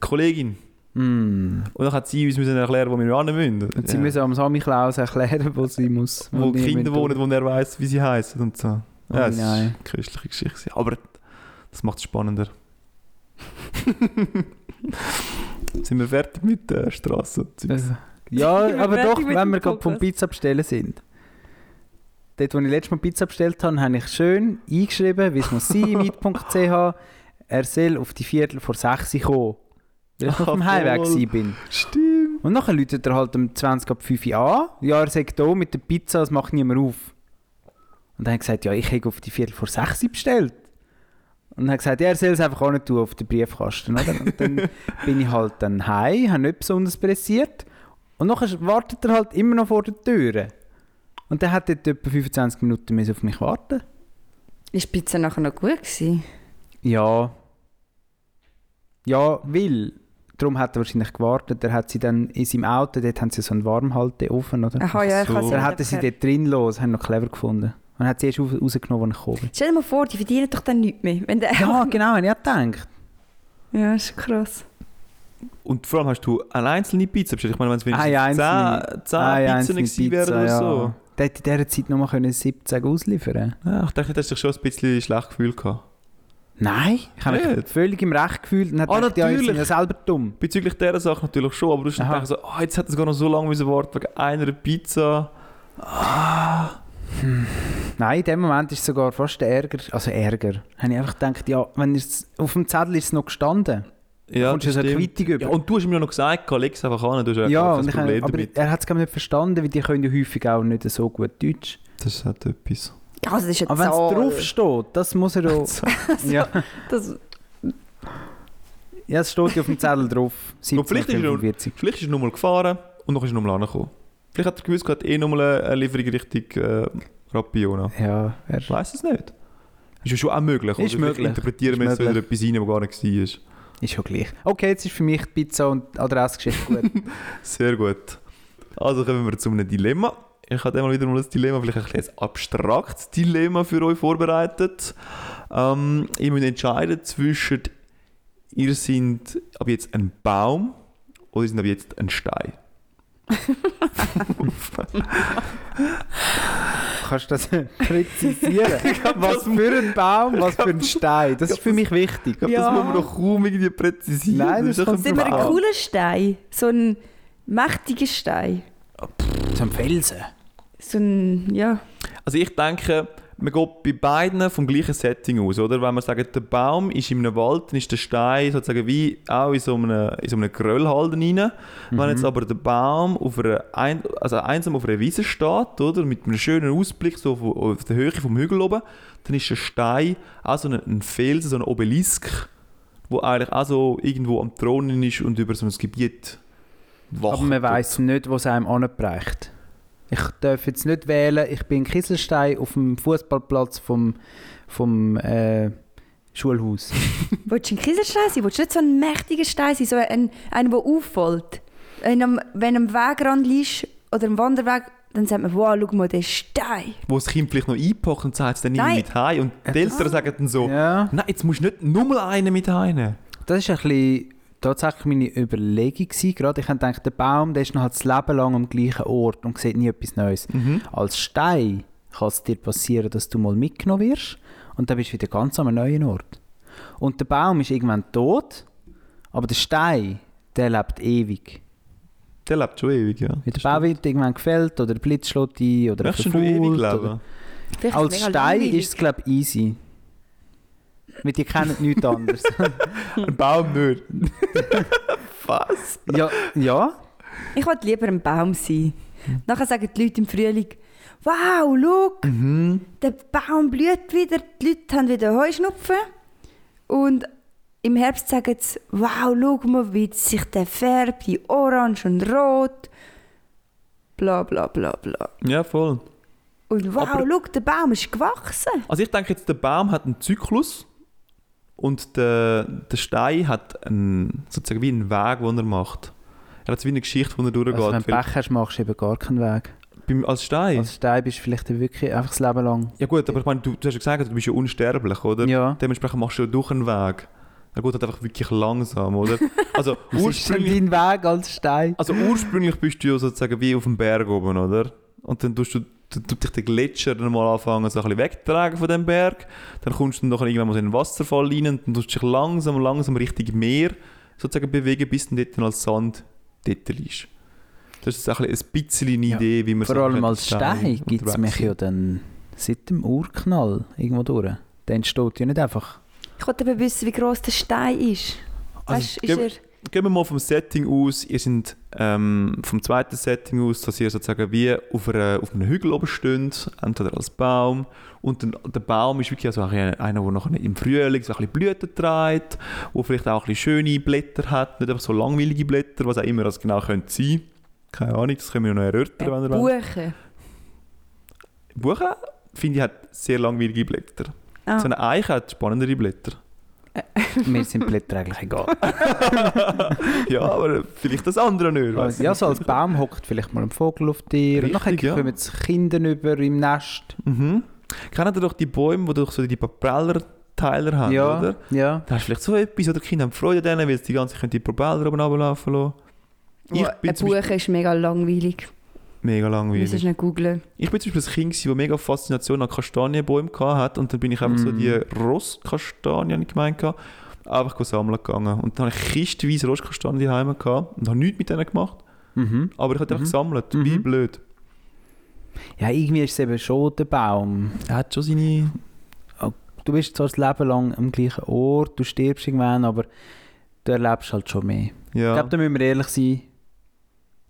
Kollegin. Mm. Und dann hat sie uns müssen erklären, wo wir noch hin müssen. Und sie Ja. müssen am Sammy Klaus erklären, wo sie muss. wo wir Kinder müssen- wohnen, wo er weiss, wie sie heißen und so. Oh Ja, es ist nein. eine köstliche Geschichte. gewesen. Aber das macht es spannender. Sind wir fertig mit äh, der Straße? Das- Ja, aber fertig doch, mit wenn dem wir gerade vom Podcast. Pizza bestellen sind. Dort, wo ich letztes Mal Pizza bestellt habe, habe ich schön eingeschrieben, wie es muss sein, weit.ch. Er soll auf die Viertel vor 6 Uhr kommen, weil ich Ah, auf dem Heimweg voll. gewesen bin. Stimmt. Und nachher läutet er halt um 20 ab 5 Uhr an. Ja, er sagt hier mit der Pizza, das macht niemand auf. Und dann habe ich gesagt, ja, ich habe auf die Viertel vor 6 Uhr bestellt. Und dann hat er gesagt, ja, er soll es einfach auch nicht tun auf den Briefkasten. Oder? Und dann bin ich halt dann heim, habe nicht besonders pressiert. Und nachher wartet er halt immer noch vor der Tür. Und dann hat er etwa 25 Minuten müssen auf mich warten. Ist die Pizza nachher noch gut gewesen? Ja. Ja, weil. Darum hat er wahrscheinlich gewartet. Er hat sie dann in seinem Auto, dort haben sie so einen Warmhalteofen, oder? Aha, ja, ich so. habe Dann hat er sie dort drin los, haben noch clever gefunden. Und hat sie erst raus- rausgenommen, als ich gekommen bin. Stell dir mal vor, die verdienen doch dann nichts mehr. Wenn der Ja, genau, habe ich auch gedacht. ja, ist krass. Und vor allem hast du eine einzelne Pizza bestellt. Ich meine, wenn es Eine wenigstens 10, 10 Pizzen gewesen wären oder so. Der hätte in dieser Zeit noch mal können 17 ausliefern Ja, ich dachte, du hast dich schon ein bisschen schlecht gefühlt. gehabt. Nein, ich habe mich Nicht? völlig im Recht gefühlt und habe Ah, gedacht, ja, jetzt sind wir natürlich. selber dumm. Bezüglich dieser Sache natürlich schon, aber du hast Aha. gedacht, so, ah, jetzt hat es gar noch so lange müssen warten wegen einer Pizza. Nein, in dem Moment ist sogar fast der Ärger, also Ärger, habe ich einfach gedacht, ja, wenn ihr's, auf dem Zettel ist es noch gestanden, Ja, kommst du das so eine stimmt. Quittung über. Ja, und du hast mir ja noch gesagt, komm, leg es einfach an, du hast ja, Ja, ja kein und ich, habe- Problem aber damit. er hat es gar nicht verstanden, weil die können ja häufig auch nicht so gut Deutsch. Das hat etwas. Ja, Also, das ist eine Aber wenn Zahl. es draufsteht, das muss er auch... ja. Das, Ja, es steht ja auf dem Zettel drauf. Und vielleicht ist er- 1745. Vielleicht ist er nochmal gefahren und dann ist er nochmal angekommen. Vielleicht hat er gewusst, er hat eh nochmal eine Lieferung Richtung äh, Rapiona. Ja, er, Ich weiss es nicht. Ist ja schon auch möglich. Ist oder? möglich. Vielleicht interpretieren wir Ist jetzt wieder etwas rein, was gar nicht war. ist ja gleich. Okay, jetzt ist für mich die Pizza und die Adressgeschichte gut. Sehr gut. Also kommen wir zu einem Dilemma. Ich habe einmal wieder mal ein Dilemma, vielleicht ein kleines abstraktes Dilemma für euch vorbereitet. Ähm, ihr müsst entscheiden zwischen, ihr seid ab jetzt ein Baum oder ihr seid ab jetzt ein Stein. Kannst du das präzisieren? was für ein Baum, was für ein Stein. Das ist für mich wichtig. Ich glaube, das muss man doch kaum irgendwie präzisieren. Nein, das ist doch kommt sind wir ein Baum. cooler Stein? So ein mächtiger Stein? Zum Felsen. So ein, ja. Also ich denke, man geht bei beiden vom gleichen Setting aus, oder? Wenn man sagt, der Baum ist in einem Wald, dann ist der Stein sozusagen wie auch in so einem, in so einem Geröll halt rein. Mhm. Wenn jetzt aber der Baum auf einer, ein, also einsam auf einer Wiese steht, oder? Mit einem schönen Ausblick so auf, auf der Höhe vom Hügel oben, dann ist der Stein auch so ein, ein Felsen, so ein Obelisk, wo eigentlich auch so irgendwo am Thron ist und über so ein Gebiet wacht. Aber man weiß nicht, was einem anbreicht. Ich darf jetzt nicht wählen, ich bin Kieselstein auf dem Fußballplatz vom, vom äh, Schulhaus. Willst du ein Kieselstein sein? Willst du nicht so ein mächtiger Stein sein? So ein, einer, der auffällt? Wenn am, wenn am Wegrand liegst oder am Wanderweg, dann sagt man, wow, schau mal, der Stein. wo das Kind vielleicht noch einpackt und sagt, dann nehme Nein. ich mit heim. Und die Eltern sagen dann so, Äh, ah. Ja. nein, jetzt musst du nicht nur einen mit heim. Das ist ein bisschen tatsächlich meine Überlegung gewesen. Gerade ich habe gedacht, der Baum, der ist noch halt das Leben lang am gleichen Ort und sieht nie etwas Neues. Mhm. Als Stein kann es dir passieren, dass du mal mitgenommen wirst und dann bist du wieder ganz an einem neuen Ort. Und der Baum ist irgendwann tot, aber der Stein, der lebt ewig. Der lebt schon ewig, ja. Weil der Baum wird irgendwann gefällt oder der Blitz schlägt ein oder er Möchtest du nur ewig verfault leben? oder- Vielleicht Als mega Stein langweilig. ist es glaube ich easy. Weil die kennen nichts anderes. Ein Baum nicht. Was? ja, ja. Ich wollte lieber ein Baum sein. Nachher sagen die Leute im Frühling, wow, schau, Mhm. der Baum blüht wieder, die Leute haben wieder Heuschnupfen. Und im Herbst sagen sie, wow, schau mal, wie sich der färbt, in orange und rot. Bla bla bla bla. Ja, voll. Und wow, Aber- schau, der Baum ist gewachsen. Also ich denke jetzt, der Baum hat einen Zyklus und der, der Stein hat einen, sozusagen wie einen Weg, den er macht. Er hat wie eine Geschichte, die er durchgeht. Also, wenn Also- du Vielleicht Pech hast, machst du eben gar keinen Weg. beim, als Stein? Als Stein bist du vielleicht wirklich einfach das Leben lang. ja gut, aber ich meine, du, du hast ja gesagt, du bist ja unsterblich, oder? Ja. Dementsprechend machst du ja durch einen Weg. Na gut, halt einfach wirklich langsam, oder? Also Was ist denn ursprünglich, dein Weg als Stein? also ursprünglich bist du ja sozusagen wie auf dem Berg oben, oder? Und dann tust du dann tut dich der Gletscher dann mal anfangen, so ein bisschen wegzutragen von dem Berg. Dann kommst du dann nachher irgendwann mal so in den Wasserfall rein und dann tust du dich langsam, langsam Richtung Meer sozusagen bewegen, bis du dann dort dann als Sand dort liegst. Das ist jetzt ein bisschen- ein bisschen eine Ja. Idee, wie man Vor so allem mit als Stein gibt es unterwegs mich sind. ja dann seit dem Urknall irgendwo durch. Der entsteht ja nicht einfach. Ich wollte eben wissen, wie gross der Stein ist. Also, Weißt, ist gehen- er gehen wir mal vom Setting aus, ihr seid ähm, vom zweiten Setting aus, dass ihr sozusagen wie auf, einer, auf einem Hügel oben steht, entweder als Baum und dann, der Baum ist wirklich also einer, einer, der nachher im Frühling so ein bisschen Blüten trägt, der vielleicht auch ein bisschen schöne Blätter hat, nicht einfach so langweilige Blätter, was auch immer das genau könnte sein. Keine Ahnung, das können wir noch erörtern, wenn ihr wollt. Buche. Buche, finde ich, hat sehr langweilige Blätter. Ah. So eine Eiche hat spannendere Blätter. Mir sind Blätter eigentlich egal. ja, aber vielleicht das andere nicht. weiss ja, so als Baum hockt vielleicht mal ein Vogel auf dir. und Richtig, nachher ja. kommen jetzt Kinder über im Nest. Mhm. Kennt ihr doch die Bäume, die doch so die Propellerteiler haben, ja, Ah, oder? ja. Da hast du vielleicht so etwas, oder die Kinder haben Freude daran, weil sie die ganze Zeit die Propeller oben runterlaufen lassen Ich Wow, bin Ein zum Beispiel- Buche ist mega langweilig. Mega Du langweilig. musst nicht googeln. Ich bin zum Beispiel ein Kind, gewesen, das mega Faszination an Kastanienbäumen hatte und dann bin ich einfach so Mm. die Rostkastanien, habe ich gemeint hatte, einfach sammeln gegangen. Und dann habe ich kistenweise Rostkastanien daheim gehabt und habe nichts mit denen gemacht, Mhm. aber ich habe die einfach Mhm. gesammelt, wie Mhm. blöd. Ja, irgendwie ist es eben schon der Baum. Er hat schon seine... Du bist zwar das Leben lang am gleichen Ort, du stirbst irgendwann, aber du erlebst halt schon mehr. Ich Ja. glaube, da müssen wir ehrlich sein.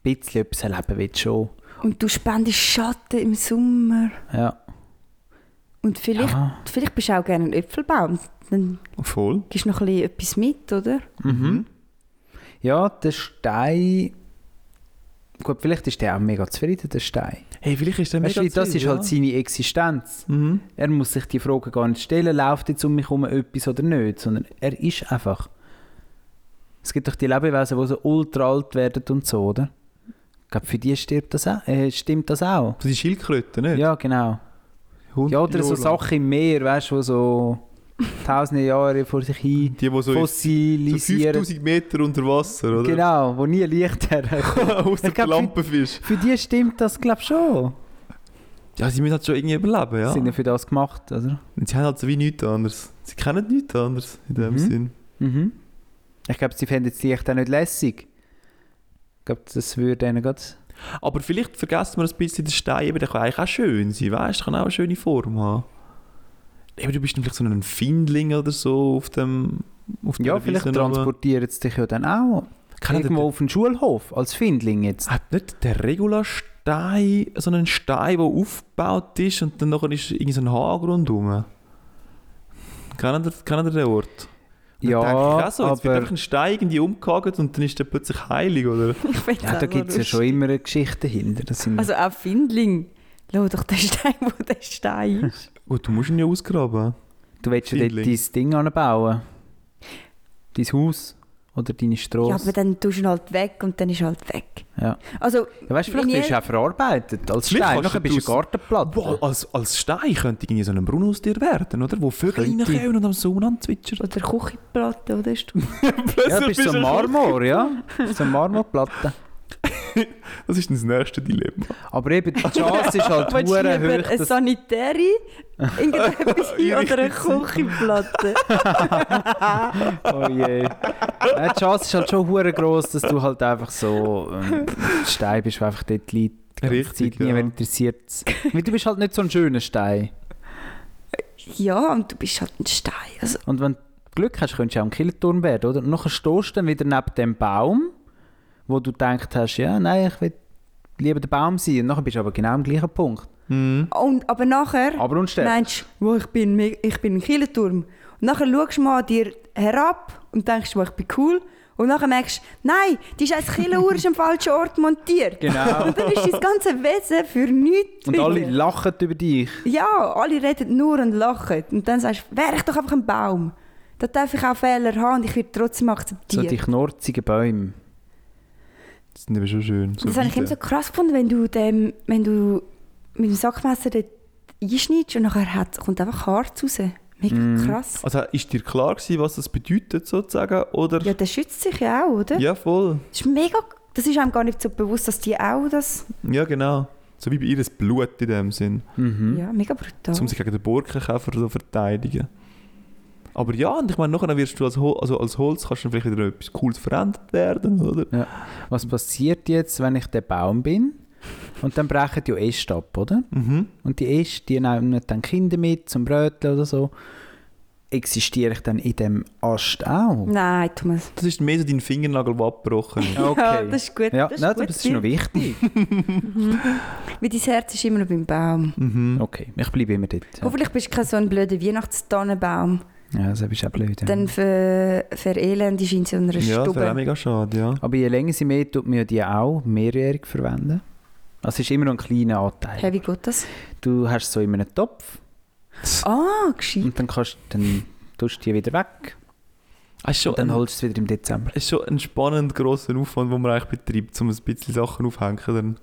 Ein bisschen etwas erleben willst du schon. Und du spendest Schatten im Sommer. Ja. Und vielleicht, ja. vielleicht bist du auch gerne ein Äpfelbaum. Dann Voll. gibst du noch ein bisschen etwas mit, oder? Mhm. ja, der Stein. Gut, vielleicht ist der auch mega zufrieden, der Stein. Hey, vielleicht ist der Weißt du, mega wie, das zufrieden, ist halt ja. seine Existenz. Mhm. Er muss sich die Frage gar nicht stellen, läuft jetzt um mich herum etwas oder nicht, sondern er ist einfach. Es gibt doch die Lebewesen, die so ultra alt werden und so, oder? Ich glaube, für die stirbt das auch, äh, stimmt das auch. Das sind Schildkröten, nicht? Ja, genau. Hundert Ja, oder so Jahre lang. Sachen im Meer, weißt du, die so tausende Jahre vor sich hin Die, die so, so fossilisieren. 5000 Meter unter Wasser, oder? genau, wo nie Licht herkommt. Aus Ich glaub, dem Lampenfisch. Für die stimmt das, glaube ich, schon. Ja, sie müssen halt schon irgendwie überleben, ja. Sind ja für das gemacht, oder? Und sie haben halt so wie nichts anderes. Sie kennen nichts anderes in dem Mhm. Sinn. Mhm. Ich glaube, sie fänden das Licht auch nicht lässig. Ich glaube, das würde ihnen gerade... Aber vielleicht vergessen wir ein bisschen den Stein, eben, der kann eigentlich auch schön sein, weißt du, der kann auch eine schöne Form haben. Eben, du bist dann vielleicht so ein Findling oder so auf dem... Auf Ja, der vielleicht Wiese oben. transportieren sie dich ja dann auch Kennt ihr irgendwo auf den Schulhof, als Findling jetzt. Hat nicht der Regula-Stein so einen Stein, der aufgebaut ist und dann nachher ist irgend so ein Hag rundherum? Kennt ihr, kennt ihr den Ort? Und dann Ja, denke ich auch so, jetzt wird aber- einfach ein Stein irgendwie umgehakt und dann ist der plötzlich heilig, oder? Ich find's Ja, da selber gibt es ja lustig. schon immer eine Geschichte hinter. Das sind Also auch Findling. Schau doch den Stein, wo der Stein ist. Gut, Oh, du musst ihn ja ausgraben. du willst ja dort Findling. dein Ding anbauen. Dein Haus oder deine ja, Straße. aber Ja, dann tust du ihn halt weg und dann ist er halt weg. Ja. Also, weißt du, vielleicht wenn wirst du ihr- auch verarbeitet als Vielleicht Stein. kannst Nachher du bist du draus- Gartenplatte. Wow, als, als Stein könnte irgendwie so ein Brunnen aus dir werden, oder? Wo Vögel Könnte. reinkommen und am Sohn anzwitschern. Oder Küchenplatte, oder? Ist du- Ja, du bist so ein Marmor, ja. So eine Marmorplatte. Das ist das nächste Dilemma. Aber eben, die Chance ist halt Willst du hure lieber hoch, eine dass Sanitäre, irgendetwas Ja, oder eine richtig. Küchenplatte? Oh je. Nein, die Chance ist halt schon hure gross, dass du halt einfach so ähm, Stein bist, der einfach dort liegt. Die ganze Richtig, Zeit niemand ja. interessiert Weil du bist halt nicht so ein schöner Stein. Ja, und du bist halt ein Stein. Also, Und wenn du Glück hast, könntest du auch am Killerturm werden, oder? Und nachher stehst du dann wieder neben dem Baum, wo du gedacht hast, ja, nein, ich will lieber der Baum sein. Und nachher bist du aber genau am gleichen Punkt. und, aber nachher Aber unsterblich. meinst du, wo ich bin, me- ich bin ein Kielenturm. Und nachher schaust du mal an dir herab und denkst, wo ich bin cool. Und nachher merkst du, nein, die scheiß Killenuhr ist am falschen Ort montiert. Genau. Und dann ist dein ganze Wesen für nichts. Und alle drin. lachen über dich. Ja, alle reden nur und lachen. Und dann sagst du, wäre ich doch einfach ein Baum. Da darf ich auch Fehler haben und ich werde trotzdem So akzeptiert. die knorzigen Bäume. Das sind eben schon schön. So das habe ich Weiden. immer so krass gefunden, wenn du, dem, wenn du mit dem Sackmesser dort einschneidest und nachher hat, kommt einfach Harz raus. Mega krass. Also ist dir klar gewesen, was das bedeutet sozusagen? Oder? Ja, der schützt sich ja auch, oder? ja, voll. Das ist mega... Das ist einem gar nicht so bewusst, dass die auch das... Ja, genau. So wie bei ihres Blut in dem Sinn. Ja, mega brutal. um sich gegen den Burkenkäfer so verteidigen. Aber ja, und ich meine, nachher wirst du als, Hol also als Holz kannst du vielleicht wieder etwas Cooles verändert werden, oder? Ja. Was passiert jetzt, wenn ich der Baum bin? Und dann brechen die Äste ab, oder? Mhm. Und die Äste, die nehmen dann Kinder mit zum Bröteln oder so. Existiere ich dann in dem Ast auch? Nein, Thomas. Das ist mehr so dein Fingernagel, der abgebrochen ist. Okay. Ja, das ist gut. Ja, das ist, nein, gut. das ist noch wichtig. Weil dein Herz ist immer noch beim Baum. Okay, ich bleibe immer dort. Ja, Hoffentlich bist du kein so ein blöder Weihnachtstannenbaum. ja das ist auch blöd. Ja. Dann ver verelendest du in so einer Ja, das wäre auch Stube. mega schade, ja. Aber je länger sie mehr, tut man ja die auch mehrjährig verwenden. Das ist immer noch ein kleiner Anteil. Hey, wie geht das? Du hast so in einem Topf Ah, gescheit. und dann kannst dann tust du die wieder weg. Es ist schon, Und dann ein, holst du es wieder im Dezember. halt- ist schon ein spannend grosser Aufwand, den man eigentlich betreibt, um ein bisschen Sachen aufhängen. Dann.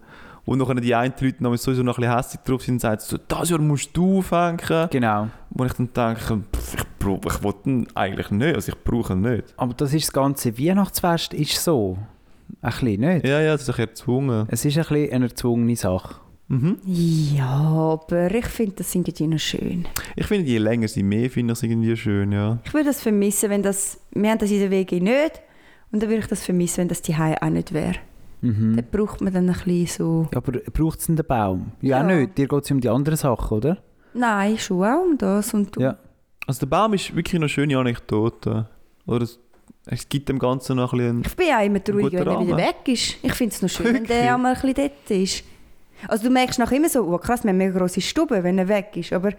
Und nachher die einen die Leute nämlich sowieso noch ein bisschen hässlich drauf sind und sagen, so, das Jahr musst du aufhängen. Genau. Wo ich dann denke, pff, ich, brauche, ich will ihn eigentlich nicht, also ich brauche ihn nicht. Aber das ist das ganze Weihnachtsfest ist so. Ein bisschen nicht. Ja, ja, das ist ein bisschen erzwungen. Es ist ein bisschen eine erzwungene Sache. Mhm. Ja, aber ich finde das irgendwie noch schön. Ich finde, je länger sie mehr, finde ich es irgendwie schön, ja. Ich würde das vermissen, wenn das... Wir haben das in der WG nicht. Und dann würde ich das vermissen, wenn das die auch nicht wäre. Mhm. Dann braucht man dann ein bisschen so... Aber braucht es denn den Baum? Ja, Ja. nicht. Dir geht es um die anderen Sachen, oder? Nein, schon auch um das und du. Ja. Also der Baum ist wirklich eine schöne Anekdote. äh. Oder es, es gibt dem Ganzen noch ein bisschen... Ich bin ja immer traurig, guter wenn er wieder Rahmen. weg ist. Ich finde es noch schön, wenn Wirklich? der einmal ein bisschen dort ist. Also du merkst nachher immer so, oh krass, wir haben eine grosse Stube, wenn er weg ist. Aber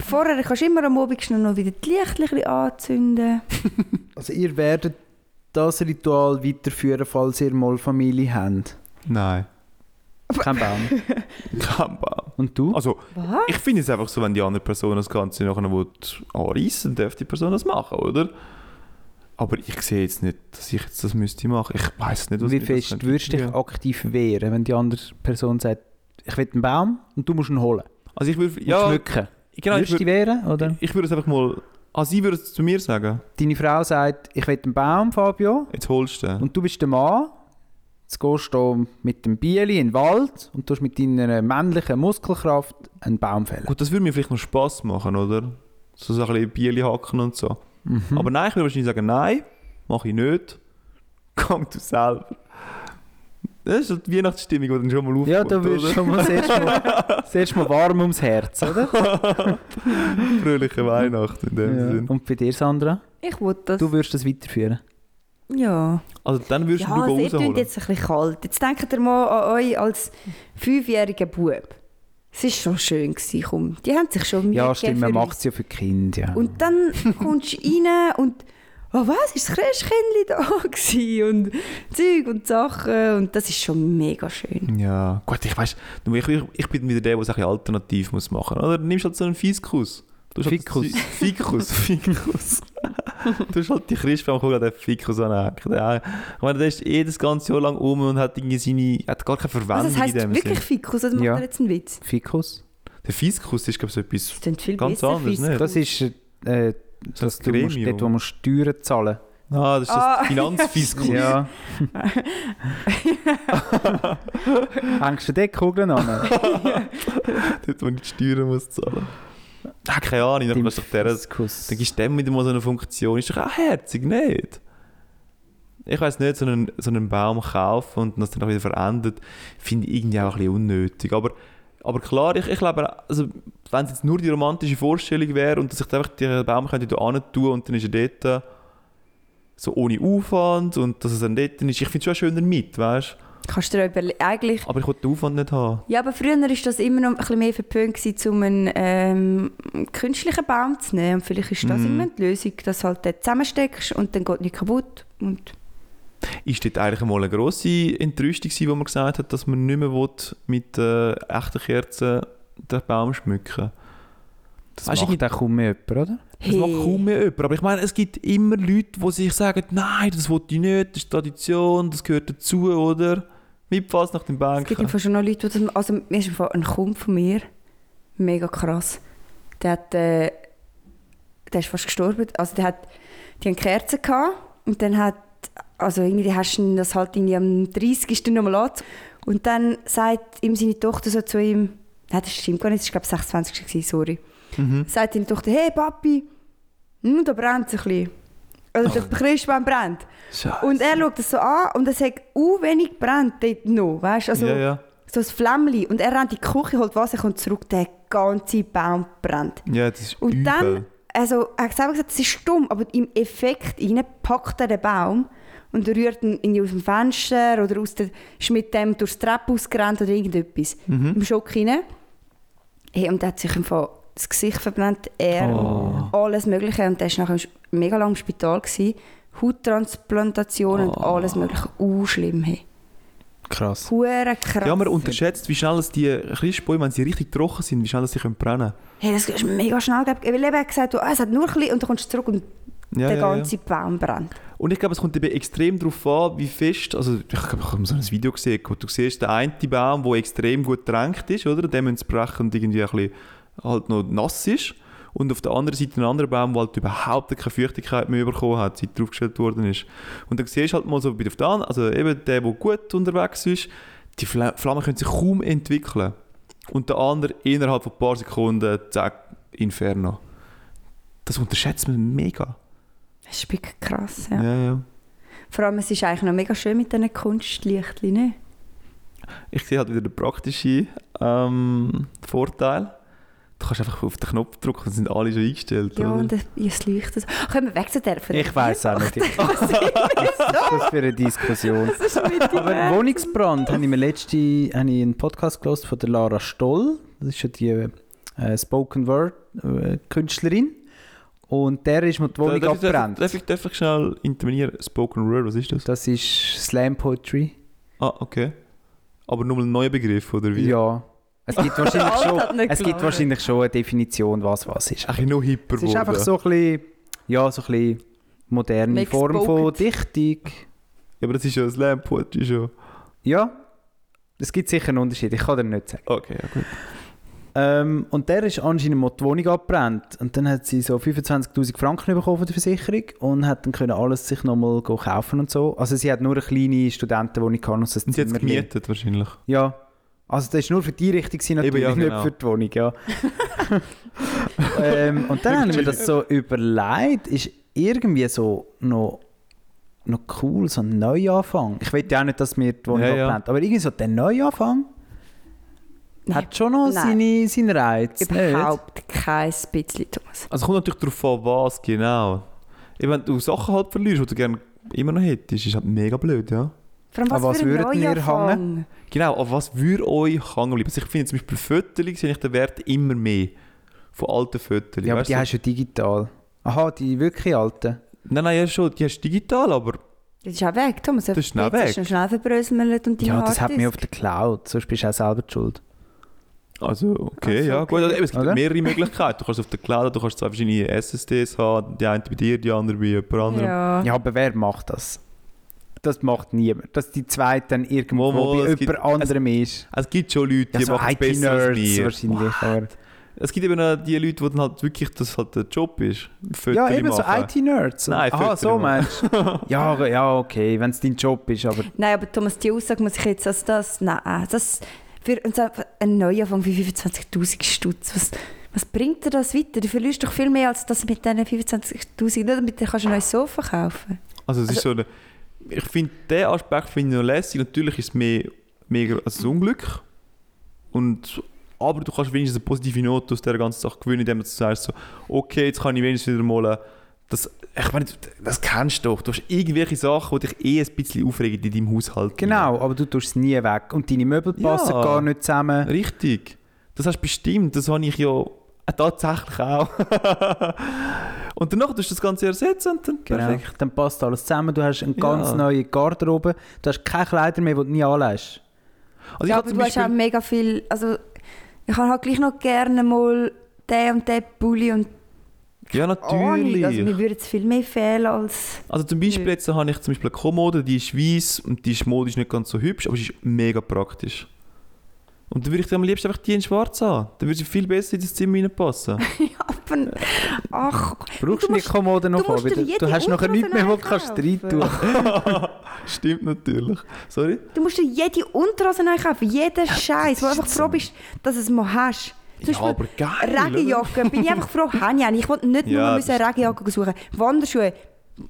vorher kannst du immer am Abend schnell noch wieder die Lichter ein bisschen anzünden. Also ihr werdet das Ritual weiterführen, falls ihr mal Familie habt. Nein. Kein Baum. Kein Baum. Und du? Also, Was? ich finde es einfach so, wenn die andere Person das Ganze nachher will anreissen dann darf die Person das machen, oder? Aber ich sehe jetzt nicht, dass ich jetzt das müsste machen. Ich weiß nicht, was Wie mir das fest könnte würdest du dich bringen. aktiv wehren, wenn die andere Person sagt, ich will einen Baum und du musst ihn holen? Also ich würde... Und Ja, schmücken. genau, ich würdest du dich würde wehren? Oder? ich würde es einfach mal... Ah, sie würde es zu mir sagen. Deine Frau sagt, ich will einen Baum, Fabio, Jetzt holst du den. und du bist der Mann. Jetzt gehst du mit dem Bieli in den Wald und tust mit deiner männlichen Muskelkraft einen Baum fällen. Gut, das würde mir vielleicht noch Spass machen, oder? So, so ein bisschen Bierli hacken und so. Mhm. Aber nein, ich würde wahrscheinlich sagen, nein, mache ich nicht. Komm du selber. Das ist halt die Weihnachtsstimmung, die dann schon mal aufkommt, Ja, da wirst du schon mal das erste Mal, das erste mal warm ums Herz, oder? oder? Fröhliche Weihnachten in dem Ja. Sinn. Und bei dir, Sandra? Ich will das. Du würdest das weiterführen. ja. Also dann würdest Ja, du es gehen rausholen. wird jetzt ein bisschen kalt. Jetzt denkt ihr mal an euch als fünfjähriger Bub. Es war schon schön, gewesen, komm. Die haben sich schon Mühe Ja, gegeben stimmt, man für macht uns. es ja für die Kinder. Ja. Und dann kommst du rein und «Oh was, ist das Christkindli da?» gewesen?» und Zeug und Sachen und das ist schon mega schön. Ja, gut, ich weiß, ich, ich, ich bin wieder der, der es ein bisschen alternativ muss machen muss. Oder du nimmst halt so einen Fiskus. Du hast Fikus. Halt das- Fikus, Fikus. du hast halt die Christbaum guck an den Fikus an. Der- Ich meine, der ist eh das ganze Jahr lang um und hat irgendwie seine, hat gar keine Also Verwendung das heisst in dem wirklich Sinn. Fikus, Also, das macht Ja. ja. jetzt einen Witz. Fikus. Der Fiskus ist, glaube ich, so etwas. Das klingt viel Ganz besser, anders, Fiskus. nicht? ne? Das ist, äh, So dass ein du musst, Gremium. dort, wo man Steuern zahlen Ah, das ist das Ah, Finanzfiskus. Ja. Hängst du dort Kugeln an? Dort, wo ich die Steuern muss zahlen. Ah, keine Ahnung, dann kannst du doch der Fiskus. Dann gibst du dem wieder mal so eine Funktion. Ist doch auch herzig, nicht? Ich weiß nicht, so einen, so einen Baum kaufen und das dann auch wieder verändert, finde ich irgendwie auch ein bisschen unnötig. Aber Aber klar, ich, ich glaube, also, wenn es jetzt nur die romantische Vorstellung wäre und dass ich da einfach den Baum könnte da hin tun und dann ist er dort äh, so ohne Aufwand und dass es dann dort ist, ich finde es schon schöner mit, weißt Kannst du dir auch überlegen. Eigentlich Aber ich will den Aufwand nicht haben. Ja, aber früher war das immer noch ein bisschen mehr verpönt, gewesen, um einen ähm, künstlichen Baum zu nehmen. Und vielleicht ist das Mhm. immer die Lösung, dass du halt dort zusammensteckst und dann geht nichts kaputt. Und Ist dort eigentlich einmal eine grosse Entrüstung gewesen, wo man gesagt hat, dass man nicht mehr will, mit äh, echten Kerzen den Baum schmücken Das Weißt du, macht auch kaum mehr jemand, oder? Das macht kaum mehr jemand. Aber ich meine, es gibt immer Leute, die sich sagen, nein, das will ich nicht, das ist Tradition, das gehört dazu, oder? Mit Fass nach dem es gibt Banken. einfach schon noch Leute, die das... Also mir ist im Fall ein Kumpel von mir, mega krass, der hat... Äh, der ist fast gestorben. Also der hat... Die haben Kerzen gehabt und dann hat... Also irgendwie hast du ihm das halt irgendwie am 30. nochmal an. Und dann sagt ihm seine Tochter so zu ihm... Nein, das stimmt gar nicht, das war glaube ich 26. gewesen, sorry. Mhm. sagt ihm die Tochter, hey Papi, hm, da brennt es ein bisschen. Oder der Christbaum brennt. Oh. Scheiße. Und er schaut das so an und er sagt, uh, wenig brennt dort noch, weißt? Also ja, ja. so ein Flämmchen. Und er rennt in die Küche, holt Wasser, kommt zurück, der ganze Baum brennt. ja, das ist Und übel. dann, also er hat selber gesagt, es ist stumm, aber im Effekt rein packt er den Baum und rührt ihn irgendwie aus dem Fenster oder aus der, ist mit dem durchs Treppenhaus gerannt oder irgendetwas. Mhm. Im Schock rein. Hey, und der hat sich im Fall das Gesicht verbrannt, er, Oh. alles mögliche. Und der war nachher mega lange im Spital. Gewesen. Hauttransplantation und Oh. alles mögliche. Uh, schlimm. Hey. Krass. Hure krass. ja, man unterschätzt, wie schnell dass die Christbäume, wenn sie richtig trocken sind, wie schnell dass sie können brennen hey, das ist mega schnell. gegeben. Weil eben er hat gesagt, du, ah, es hat nur ein bisschen und dann kommst du zurück und können. Ja, der ja, ja. ganze Baum brennt. Und ich glaube, es kommt eben extrem darauf an, wie fest. Also, ich glaube, ich habe so ein Video gesehen, wo du siehst, der eine Baum, der extrem gut getränkt ist, oder? Dementsprechend irgendwie ein bisschen halt noch nass ist. Und auf der anderen Seite ein anderer Baum, der halt überhaupt keine Feuchtigkeit mehr bekommen hat, seit draufgestellt worden ist. Und dann siehst du halt mal so bei der anderen, also eben der, der gut unterwegs ist, die Fla- Flammen können sich kaum entwickeln. Und der andere innerhalb von ein paar Sekunden, zack, Inferno. Das unterschätzt man mega. Das ist wirklich krass, ja. ja. ja. Vor allem, es ist eigentlich noch mega schön mit diesen Kunstlichtchen, ne? Ich sehe halt wieder den praktischen ähm, Vorteil. Du kannst einfach auf den Knopf drücken und sind alle schon eingestellt. Ja, oder? und das- ja, es leuchtet so. Können wir weg zu der von der Ich weiß auch nicht. Was Was ist ist das für eine Diskussion? das mit Aber dir? Wohnungsbrand habe ich mir letzte habe ich einen Podcast gelesen von der Lara Stoll. Das ist ja die äh, Spoken Word äh, Künstlerin. Und der Äh, ist mir die Wohnung darf, ich, darf, ich, abgebrannt. darf, ich, darf ich schnell intervenieren? Spoken Word, was ist das? Das ist Slam Poetry. Ah, okay. Aber nur mal ein neuer Begriff, oder wie? Ja. Es gibt wahrscheinlich Alt schon, hat nicht es gibt geladen. wahrscheinlich schon eine Definition, was was ist. Eigentlich noch hipper Es ist einfach geworden. so ein bisschen, ja, so ein bisschen moderne Mixed Form von Spoken. Dichtung. Ja, aber das ist ja ein Slam Poetry schon. Ja. Es gibt sicher einen Unterschied, ich kann dir nicht sagen. Okay, ja gut. Ähm, und der ist anscheinend mal die Wohnung abgebrannt. Und dann hat sie so 25'000 Franken bekommen von der Versicherung und hat dann können alles sich nochmal go kaufen und so. Also sie hat nur eine kleine Studentenwohnung gehabt und so ein Und sie hat es Zimmerli. gemietet wahrscheinlich. Ja. Also das war nur für die Richtung gewesen, Eben, natürlich, ja, genau. nicht für die Wohnung, ja. ähm, und dann haben wir das so überlegt, ist irgendwie so noch, noch cool, so ein Neuanfang. Ich weiß ja auch nicht, dass wir die Wohnung Ja, ja, ja. aber irgendwie so der Neuanfang Nein. hat schon noch Nein. seine, seinen Reiz. nicht? Überhaupt kein bisschen, Thomas. Also kommt natürlich darauf an, was genau. Eben, wenn du Sachen halt verlierst, die du gerne immer noch hättest, ist halt mega blöd, ja. Vor allem, An was, was für ein würdet ihr Neuanfang. hängen? Genau, an was würde euch hängen bleiben? Also ich finde zum Beispiel Fotos sehe ich den Wert immer mehr von alten Fotos. Ja, aber weißt die du? hast du ja digital. Aha, die wirklich alten. Nein, nein, ja schon, die hast du digital, aber Das ist auch weg, Thomas. Das ist schnell Jetzt weg. ist noch schnell verbröselt und die ja, das hat Harddisk. mir auf der Cloud, sonst bist du auch selber die schuld. also okay, Also, ja okay. gut. Also, eben, es gibt Oder? mehrere Möglichkeiten. Du kannst es auf der Cloud, du kannst zwei verschiedene SSDs haben, die eine bei dir, die andere bei jemand anderem. Ja. Ja, aber wer macht das? Das macht niemand. Dass die zweite dann irgendwo Wo, wo, bei es jemand gibt- anderem ist. Es gibt schon Leute, die Ja, so machen es besser als IT-Nerds wir. wahrscheinlich. Aber, Es gibt eben auch die Leute, die dann halt wirklich, das halt der Job ist, Fotos ja, eben so machen. IT-Nerds. Nein, Aha, Fotos so machen. meinst du? ja, ja, okay, wenn es dein Job ist. Genau. Aber Nein, aber Thomas, die Aussage muss ich jetzt als das... Nein, das... Für uns einfach ein Neuanfang für 25'000 Stutz. Was, was bringt dir das weiter? Du verlierst doch viel mehr als das mit diesen 25'000. Nur damit kannst du ein neues Sofa kaufen. Also es ist so eine, ich finde den Aspekt finde ich noch lässig. Natürlich ist es mehr, mehr also ein Unglück und aber du kannst wenigstens eine positive Note aus dieser ganzen Sache gewinnen, indem du sagst so, okay, jetzt kann ich wenigstens wieder mal äh, das, ich meine, du- das kennst du doch. Du hast irgendwelche Sachen, die dich eh ein bisschen aufregen in deinem Haushalt. Genau, aber du tust es nie weg. Und deine Möbel passen Ja. gar nicht zusammen. Richtig. Das hast du bestimmt. Das habe ich ja äh, tatsächlich auch. und danach tust du das Ganze ersetzen und dann Genau. perfekt. Dann passt alles zusammen. Du hast eine ganz Ja. neue Garderobe. Du hast keine Kleider mehr, die du nie anlegst. Also ich Ja, habe aber zum du hast auch Beispiel- mega viel. Also, ich habe halt gleich noch gerne mal den und den Pulli und ja, Ahnung. natürlich. Also, mir würde es viel mehr fehlen als. Also zum Beispiel jetzt habe ich zum Beispiel eine Kommode, die ist weiss und die ist modisch nicht ganz so hübsch, aber sie ist mega praktisch. Und dann würde ich dir am liebsten einfach die in schwarz haben. Dann würde sie viel besser in das Zimmer reinpassen. Aber, ach, Brauchst du Du die musst- Kommode noch du an, musst weil dir Du, jede du hast nachher nichts mehr, wo du Unterhose kannst neu rein tun. Stimmt natürlich. Sorry? du musst dir jede Unterhose neu kaufen, jeden Scheiß, wo du ist einfach so. froh bist, dass du es mal hast. Zum ja, aber geil. oder? Regenjacke, bin ich einfach froh, habe ich eine. Ich wollte nicht Ja, nur das müssen eine Regenjacke suchen. Wanderschuhe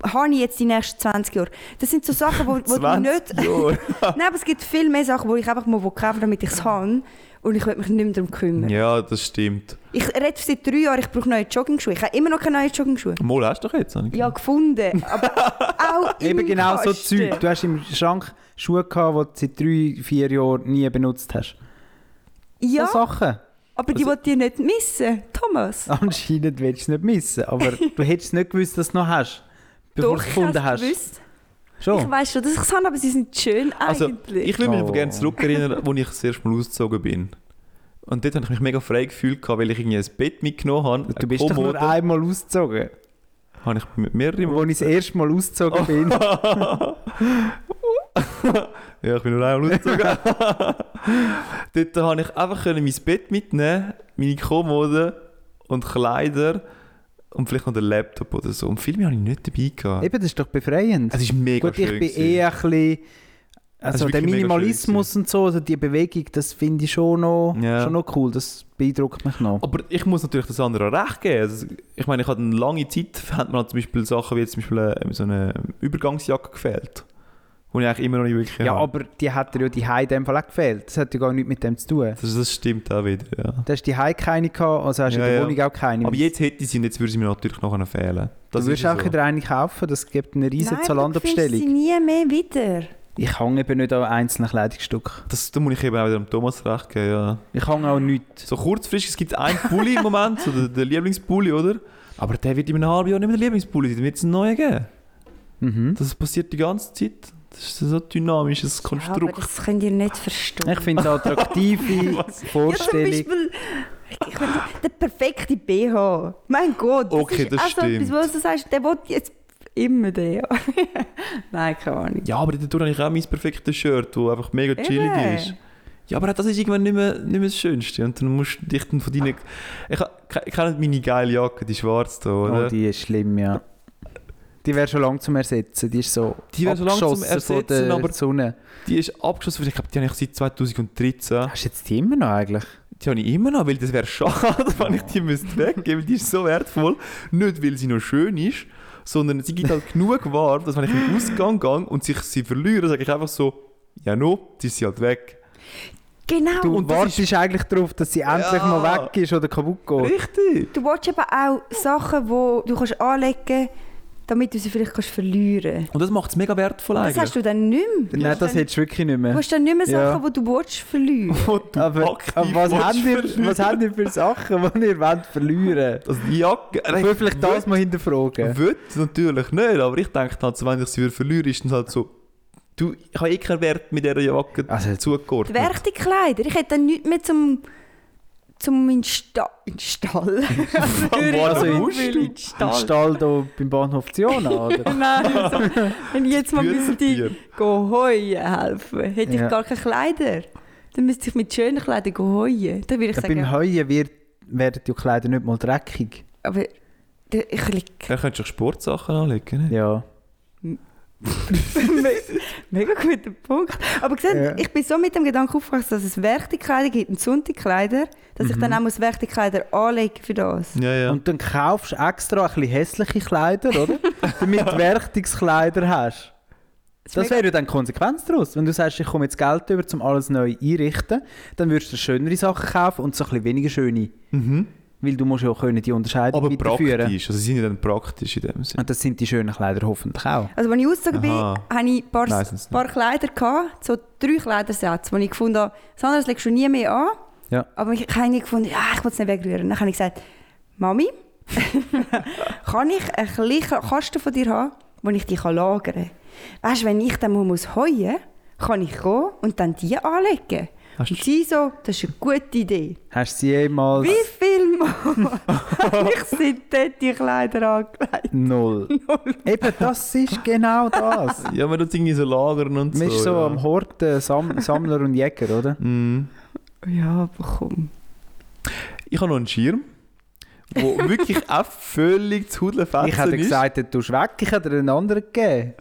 habe ich jetzt die nächsten 20 Jahre. Das sind so Sachen, wo, wo du 20 nicht... Jahre. Nein, aber es gibt viel mehr Sachen, die ich einfach mal kaufen will, damit ich es habe. Und ich will mich nicht mehr darum kümmern. ja, das stimmt. Ich rede seit drei Jahren, ich brauche neue Joggingschuhe. Ich habe immer noch keine neuen Joggingschuhe. Mal hast du doch jetzt, habe ich Ja, gefunden. Aber auch im Eben genau so Kasten. Zeug. Du hast im Schrank Schuhe gehabt, die du seit drei, vier Jahren nie benutzt hast. Ja, So Also, Sachen. aber die wollte ich nicht missen, Thomas. Anscheinend willst du es nicht missen, aber du hättest nicht gewusst, dass du es noch hast, bevor du es ich gefunden habe hast. es gewusst. Ich Schon. weiß schon, dass ich es habe, aber sie sind schön Also, eigentlich. ich will mich Oh. aber gerne zurückerinnern, als ich das erste Mal ausgezogen bin. Und dort habe ich mich mega frei gefühlt, gehabt, weil ich irgendwie ein Bett mitgenommen habe. Du bist doch nur einmal ausgezogen. Habe ich mit mehreren Als ich das erste Mal ausgezogen bin. Oh. ja, ich bin nur einmal ausgezogen. Dort konnte ich einfach können mein Bett mitnehmen, meine Kommode und Kleider und vielleicht noch den Laptop oder so. Und viel mehr habe ich nicht dabei gehabt. Eben, das ist doch befreiend. Es ist mega Gut, schön. ich bin gewesen. eh ein bisschen. Es Also ist der wirklich mega Minimalismus und so, also die Bewegung, das finde ich schon noch, Ja. schon noch cool. Das beeindruckt mich noch. Aber ich muss natürlich das andere auch recht geben. Also, ich meine, ich hatte eine lange Zeit, hat mir halt zum Beispiel Sachen wie jetzt zum Beispiel äh, so eine Übergangsjacke gefehlt. Die ich eigentlich immer noch nicht wirklich ja, habe. aber die hat dir ja die Hai in dem Fall auch gefehlt. Das hat ja gar nichts mit dem zu tun. Das, das stimmt auch wieder, ja. Du hast die Hai keine gehabt, also hast du Ja, in der ja. Wohnung auch keine. Aber jetzt hätte ich sie und jetzt würde sie mir natürlich nachher fehlen. Das du ist würdest ja auch so. wieder eine kaufen, das gibt eine riesige Nein, Zalando-Bestellung. du findest sie nie mehr wieder. Ich hänge eben nicht an einzelnen Kleidungsstücken. Das, da muss ich eben auch wieder dem Thomas recht geben, ja. Ich hänge auch nichts. So kurzfristig, es gibt einen Pulli im Moment, so der, der Lieblingspulli, oder? Aber der wird in einem halben Jahr nicht mehr der Lieblingspulli sein, dann wird es einen neuen geben. Mhm. Das passiert die ganze Zeit. Das ist so ein dynamisches Ja, aber Konstrukt. das könnt ihr nicht verstehen. Ich finde es eine attraktive Ja, Vorstellung. zum Beispiel ich meine, der perfekte BH. Mein Gott. Okay, das ist auch so stimmt. etwas, wo du sagst, der will jetzt immer den. ja. Nein, keine Ahnung. Ja, aber dadurch habe ich auch mein perfektes Shirt, das einfach mega chillig Eben. ist. Ja, aber das ist irgendwann nicht mehr, nicht mehr das Schönste. Und dann musst du dich dann von deinen... Ich ha- ke- kenne meine geile Jacke, die schwarze da, oder? Oh, die ist schlimm, ja. Die wäre schon lang zum Ersetzen. Die ist so Die wäre schon lang zum abgeschossen von Ersetzen, der aber- Sonne. Die ist abgeschossen, weil ich glaube, die habe ich seit 2013. Hast du jetzt die immer noch eigentlich? Die habe ich immer noch, weil das wäre schade, wenn ich die müsste weggeben weil die ist so wertvoll. Nicht, weil sie noch schön ist, sondern sie gibt halt genug warm, dass wenn ich in den Ausgang gehe und sich sie verliere, sage ich einfach so, ja no, die ist sie halt weg. Genau. Du Du, und das wartest eigentlich darauf, dass sie endlich Ja. mal weg ist oder kaputt geht. Richtig. du willst eben auch Sachen, die du kannst anlegen kannst, damit du sie vielleicht kannst verlieren kannst. Und das macht es mega wertvoll Das hast eigentlich. du dann nicht mehr. Du Nein, hast das dann, hättest du wirklich nicht du mehr. hast dann nicht mehr genau. Ja. Sachen, die du willst verlieren Und Aber, aktiv aber was, willst habt ihr, verlieren. was habt ihr für Sachen, die ihr wollt verlieren Also die Jacke... wollt? vielleicht das mal hinterfragen. Wird natürlich nicht, aber ich denke halt, so, wenn ich sie würde verliere, ist dann halt so, du, ich habe eh keinen Wert mit dieser Jacke Also- Die zugeordnet. Werktekleider. Ich hätte dann nichts mehr zum, zum in Sta in Stall. Also in- musst du? in Im Stall. Stall hier beim Bahnhof Ziona, oder? Nein, also, wenn ich jetzt mal müsste Büßertier. gehen heuen helfen, hätte Ja. ich gar keine Kleider. Dann müsste ich mit schönen Kleidern gehen heuen. Dann würde ich Beim sagen, Heuen wird, werden die Kleider nicht mal dreckig. aber der- ich liege Dann könntest du auch Sportsachen anlegen, ne? Ja. mega guter Punkt. Aber gesehen, Ja. ich bin so mit dem Gedanken aufgewachsen, dass es Werktekleider gibt und Sonntagkleider, dass Mhm. ich dann auch muss Werktekleider anlegen für das. Ja, ja. Und dann kaufst du extra ein bisschen hässliche Kleider, oder? damit du Werktungskleider hast. Das Es schmeckt- wäre ja dann die Konsequenz daraus. Wenn du sagst, ich komme jetzt Geld über, um alles neu einrichten, dann würdest du schönere Sachen kaufen und so ein bisschen weniger schöne. Mhm. Weil du musst ja auch können die Unterscheidung Aber weiterführen. praktisch. Also sie sind ja dann praktisch in dem Sinne. Und das sind die schönen Kleider hoffentlich auch. Also als ich ausgezogen bin, Aha. hatte ich ein paar, Meistens nicht. paar Kleider, gehabt, so drei Kleidersätze, wo ich gefunden habe, das andere legst du nie mehr an. Ja. Aber ich habe irgendwie gefunden, ja, ich will es nicht wegrühren. Dann habe ich gesagt, Mami, kann ich einen kleinen Kasten von dir haben, wo ich die kann lagern kann? Weißt du, wenn ich dann mal muss heuen muss, kann ich kommen und dann die anlegen. Hast du- Oh, Und sie so, das ist eine gute Idee. Hast du sie jemals Wie viel Mal habe ich seitdem die Kleider angelegt? null? Eben, das ist genau das. Ja, man tut irgendwie so lagern und Man so. ist so ja. am Horten Sam Sammler und Jäger, oder? Mhm. Ja, aber komm. Ich habe noch einen Schirm, wo wirklich auch völlig zu Hudelfetzen ich hätte ist. gesagt, du tust weg, ich hätte dir einen anderen gegeben.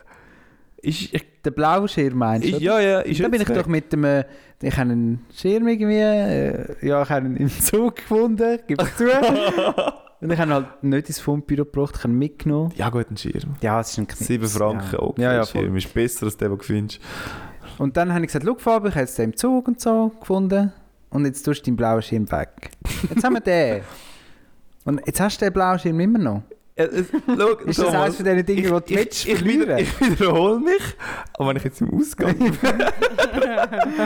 ist, ich, Den blauen Schirm meinst du? ich, oder? ja, ja, ist da bin ich jetzt doch mit dem. äh, Ich habe einen Schirm irgendwie. äh, Ja, ich habe ihn im Zug gefunden, gebe ich zu. und ich habe ihn halt nicht ins Fundbüro gebracht, ich habe ihn mitgenommen. weg. Ja, gut, ein Schirm. Ja, es ist ein Knick. 7 Franken, Ja. okay. Ja, ja, voll. Schirm ist besser als der, den du findest. Und dann habe ich gesagt: Schau, Fabi, ich habe jetzt den im Zug und so gefunden. Und jetzt tust du deinen blauen Schirm weg. Jetzt haben wir den. Und jetzt hast du den blauen Schirm immer noch. Äh, es- schau, Ist das Thomas, eines von diesen Dingen, wo du willst ich, ich, wieder, verlieren? ich wiederhole mich, aber wenn ich jetzt im Ausgang bin.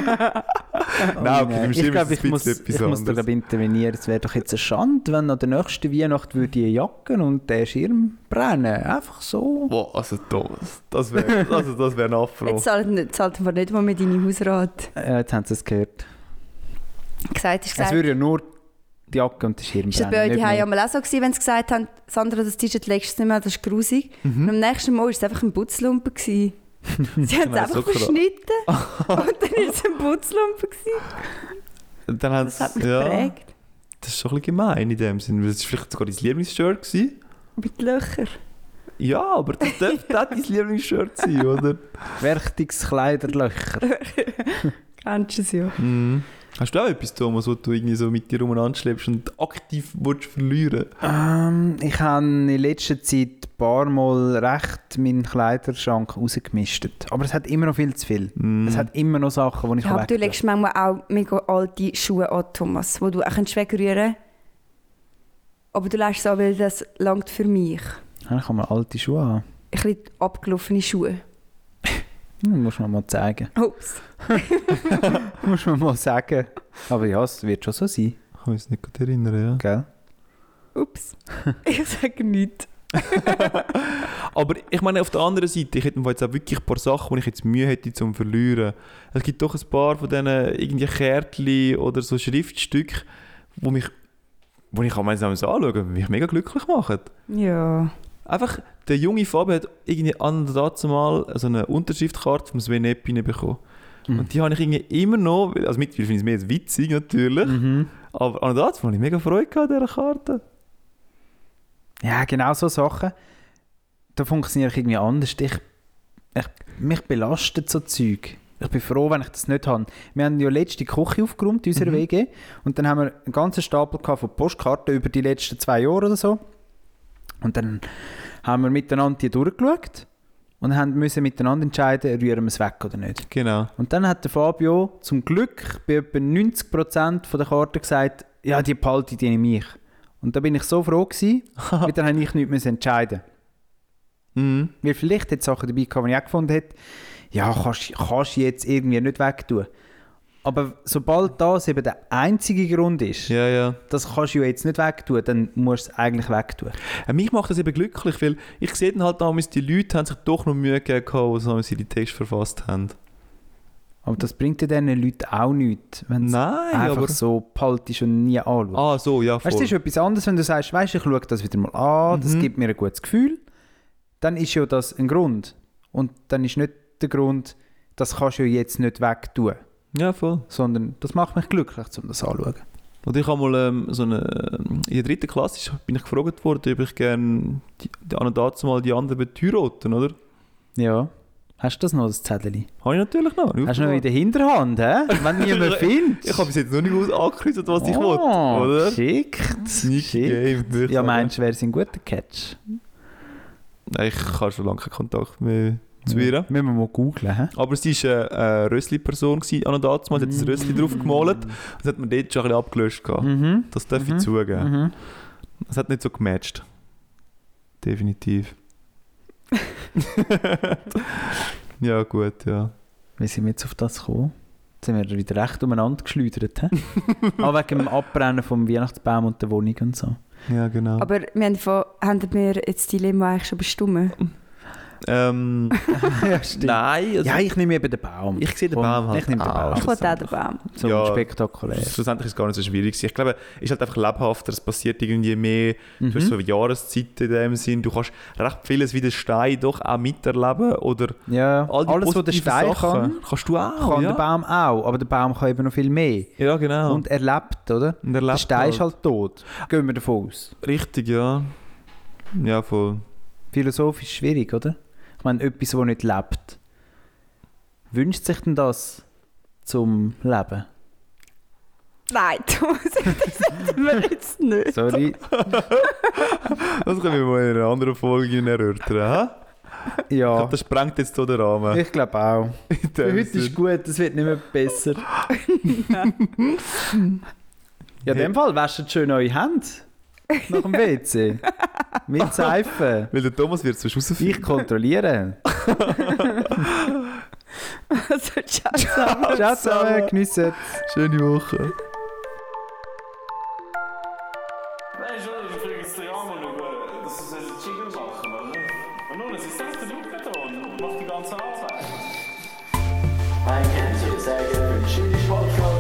Nein, okay, beim ich Schirm glaube, ist es ich ein muss, bisschen etwas ich muss da anderes. glaub intervenieren. Es wäre doch jetzt eine Schande, wenn an der nächsten Weihnacht würde die Jacke und der Schirm brennen. Einfach so. Boah, also Thomas, das wäre also, das wär ein Afro. Jetzt zahlt, nicht- zahlt man nicht mal mehr deine Hausrat. Äh, jetzt haben sie es gehört. Gesagt ist Es gesagt. würde ja nur die Jacke und der Schirm Ist das bei brennen. euch nicht die mehr. einmal auch so gewesen, wenn sie gesagt haben, Sandra, das T-Shirt legst du nicht mehr, das ist grusig. Mhm. Und am nächsten Mal war es einfach ein Putzlumpen. Gewesen. Sie haben es wäre einfach so krass. verschnitten und dann war es ein Putzlumpen. Gewesen. Dann hat's, Das hat mich ja, geprägt. das ist schon ein bisschen gemein in dem Sinne, weil es war vielleicht sogar dein Lieblingsshirt. Gewesen. Mit Löchern. Ja, aber das dürfte auch dein Lieblingsshirt sein, oder? Werchtungskleiderlöcher. Kennst du es ja. Mhm. Hast du auch etwas, Thomas, wo du irgendwie so mit dir umeinander schleppst und aktiv willst verlieren? Ähm, ich habe in letzter Zeit ein paar Mal recht meinen Kleiderschrank rausgemistet. Aber es hat immer noch viel zu viel. Mhm. Es hat immer noch Sachen, die ich ja aber du wegtue. legst manchmal auch mega alte Schuhe an, Thomas, die du auch kannst wegrühren kannst. Aber du lässt es an, weil das langt für mich. Ja, Ich kann mal alte Schuhe haben. Ein bisschen abgelaufene Schuhe. Hm, muss man mal zeigen. Ups. Muss man mal sagen. Aber ja, es wird schon so sein, Ich kann mich nicht gut erinnern, ja. gell? Ups. ich sage nichts. Aber ich meine, auf der anderen Seite, ich hätte mir jetzt auch wirklich ein paar Sachen, die ich jetzt Mühe hätte zum Verlieren. Es gibt doch ein paar von diesen irgendwie Kärtchen oder so Schriftstücke, wo mich, wo ich auch manchmal anschaue, mich mega glücklich machen. Ja. Einfach, der junge Fabi hat irgendwie an und dazu mal so eine Unterschriftkarte vom Sven Eppine bekommen. Mhm. Und die habe ich irgendwie immer noch, also mittlerweile finde ich es mehr als witzig natürlich, Mhm. aber an und dazu habe ich mega Freude gehabt an dieser Karte. Ja, genau so Sachen. Da funktioniere ich irgendwie anders. Ich, ich, mich belastet so Zeug. Ich bin froh, wenn ich das nicht habe. Wir haben ja letzte Küche aufgeräumt in unserer Mhm. WG und dann haben wir einen ganzen Stapel gehabt von Postkarten über die letzten zwei Jahre oder so. Und dann haben wir miteinander die durchgeschaut und haben müssen miteinander entscheiden, rühren wir es weg oder nicht. Genau. Und dann hat der Fabio zum Glück bei etwa 90% von der Karten gesagt, ja, die behalte ich, die nehme ich. Und da bin ich so froh gewesen, weil dann habe ich nichts müssen entscheiden. Mhm. Weil vielleicht hätte es Sachen dabei gehabt, die ich auch gefunden hätte, ja, kannst, kannst du jetzt irgendwie nicht wegtun. Aber sobald das eben der einzige Grund ist, Ja, ja. das kannst du ja jetzt nicht wegtun, dann musst du es eigentlich wegtun. Ja, Äh, mich macht das eben glücklich, weil ich sehe dann halt damals, die Leute haben sich doch noch Mühe gegeben, gehabt, als damals sie die Texte verfasst haben. Aber das bringt ja diesen Leuten auch nichts, wenn du es Nein, einfach aber... so behaltest und nie anschaust. Ah, so, ja, voll. Weißt du, es ist etwas anderes, wenn du sagst, weißt ich schaue das wieder mal an, das Mhm. gibt mir ein gutes Gefühl, dann ist ja das ein Grund. Und dann ist nicht der Grund, das kannst du ja jetzt nicht wegtun, ja, voll. sondern das macht mich glücklich, um das anzuschauen. Und ich habe mal ähm, so eine... In der dritten Klasse ist- bin ich gefragt worden, ob ich gerne die, die, an und dazu mal die anderen beteuroten, oder? Ja. Hast du das noch, das Zettel? Habe ich natürlich noch. Hast du noch in der Hinterhand, hä? wenn niemand findet? ich habe bis jetzt noch nicht aus- angekreuzelt, was ich oh, wollte, oder? Geschickt. Sneaky geschickt. Game. würde ich Ja, sagen. meinst du, wäre es ein guter Catch? Nein, ich habe schon lange keinen Kontakt mehr zu ihr. Müssen wir mal googlen, hä? Aber sie war eine, eine Rössli-Person gewesen, an und dazumal. Sie hat ein Mm. Rössli drauf gemalt. Das hat man dort schon ein bisschen abgelöscht. Gehabt. Mhm. Das darf Mhm. ich zugeben. Mhm. Es hat nicht so gematcht. Definitiv. ja, gut, ja. Wie sind wir jetzt auf das gekommen? Jetzt sind wir wieder recht umeinander geschleudert. hä? Auch wegen dem Abbrennen vom Weihnachtsbaum und der Wohnung und so. Ja, genau. Aber wir haben, von, haben wir jetzt die Limo eigentlich schon bestimmt? Ähm, ja, stimmt. nein, also, Ja, ich nehme eben den Baum. ich sehe den Komm, Baum halt. ich nehme den auch. Baum. Ich wollte auch den Baum. So Ja. spektakulär. Schlussendlich ist es gar nicht so schwierig. gewesen. Ich glaube, es ist halt einfach lebhafter, es passiert irgendwie mehr. Mhm. Du hast so Jahreszeiten in dem Sinn. Du kannst recht vieles wie der Stein doch auch miterleben. Oder Ja, all die alles, was der positiven Stein Sachen kann, kannst du auch. kann ja. der Baum auch. Aber der Baum kann eben noch viel mehr. ja, genau. Und er lebt, oder? Und er der lebt Stein ist halt tot. Gehen wir davon aus. Richtig, ja. Ja, voll. Philosophisch schwierig, oder? Ich meine, etwas, das nicht lebt. Wünscht sich denn das zum Leben? Nein, Thomas, das hätten wir jetzt nicht. Sorry, Das können wir mal in einer anderen Folge erörtern. hä? Ich ja. glaube, das sprengt jetzt so den Rahmen. Ich glaube auch. In Für dem heute ist Sinn. gut, es wird nicht mehr besser. ja, in dem Fall wäscht schön eure Hände. Nach dem WC. Mit Seife. Weil der Thomas wird sonst rausfinden. Ich kontrolliere. Also, ciao zusammen. Ciao zusammen, geniesset. Schöne Woche. Nein, schon, ich bringe jetzt den Jammer schauen, dass sie so einen Jingle machen, oder? Und nun, es ist selbst der Lukaton und macht die ganze Arbeit. I can't say it's a good for cheese podcast.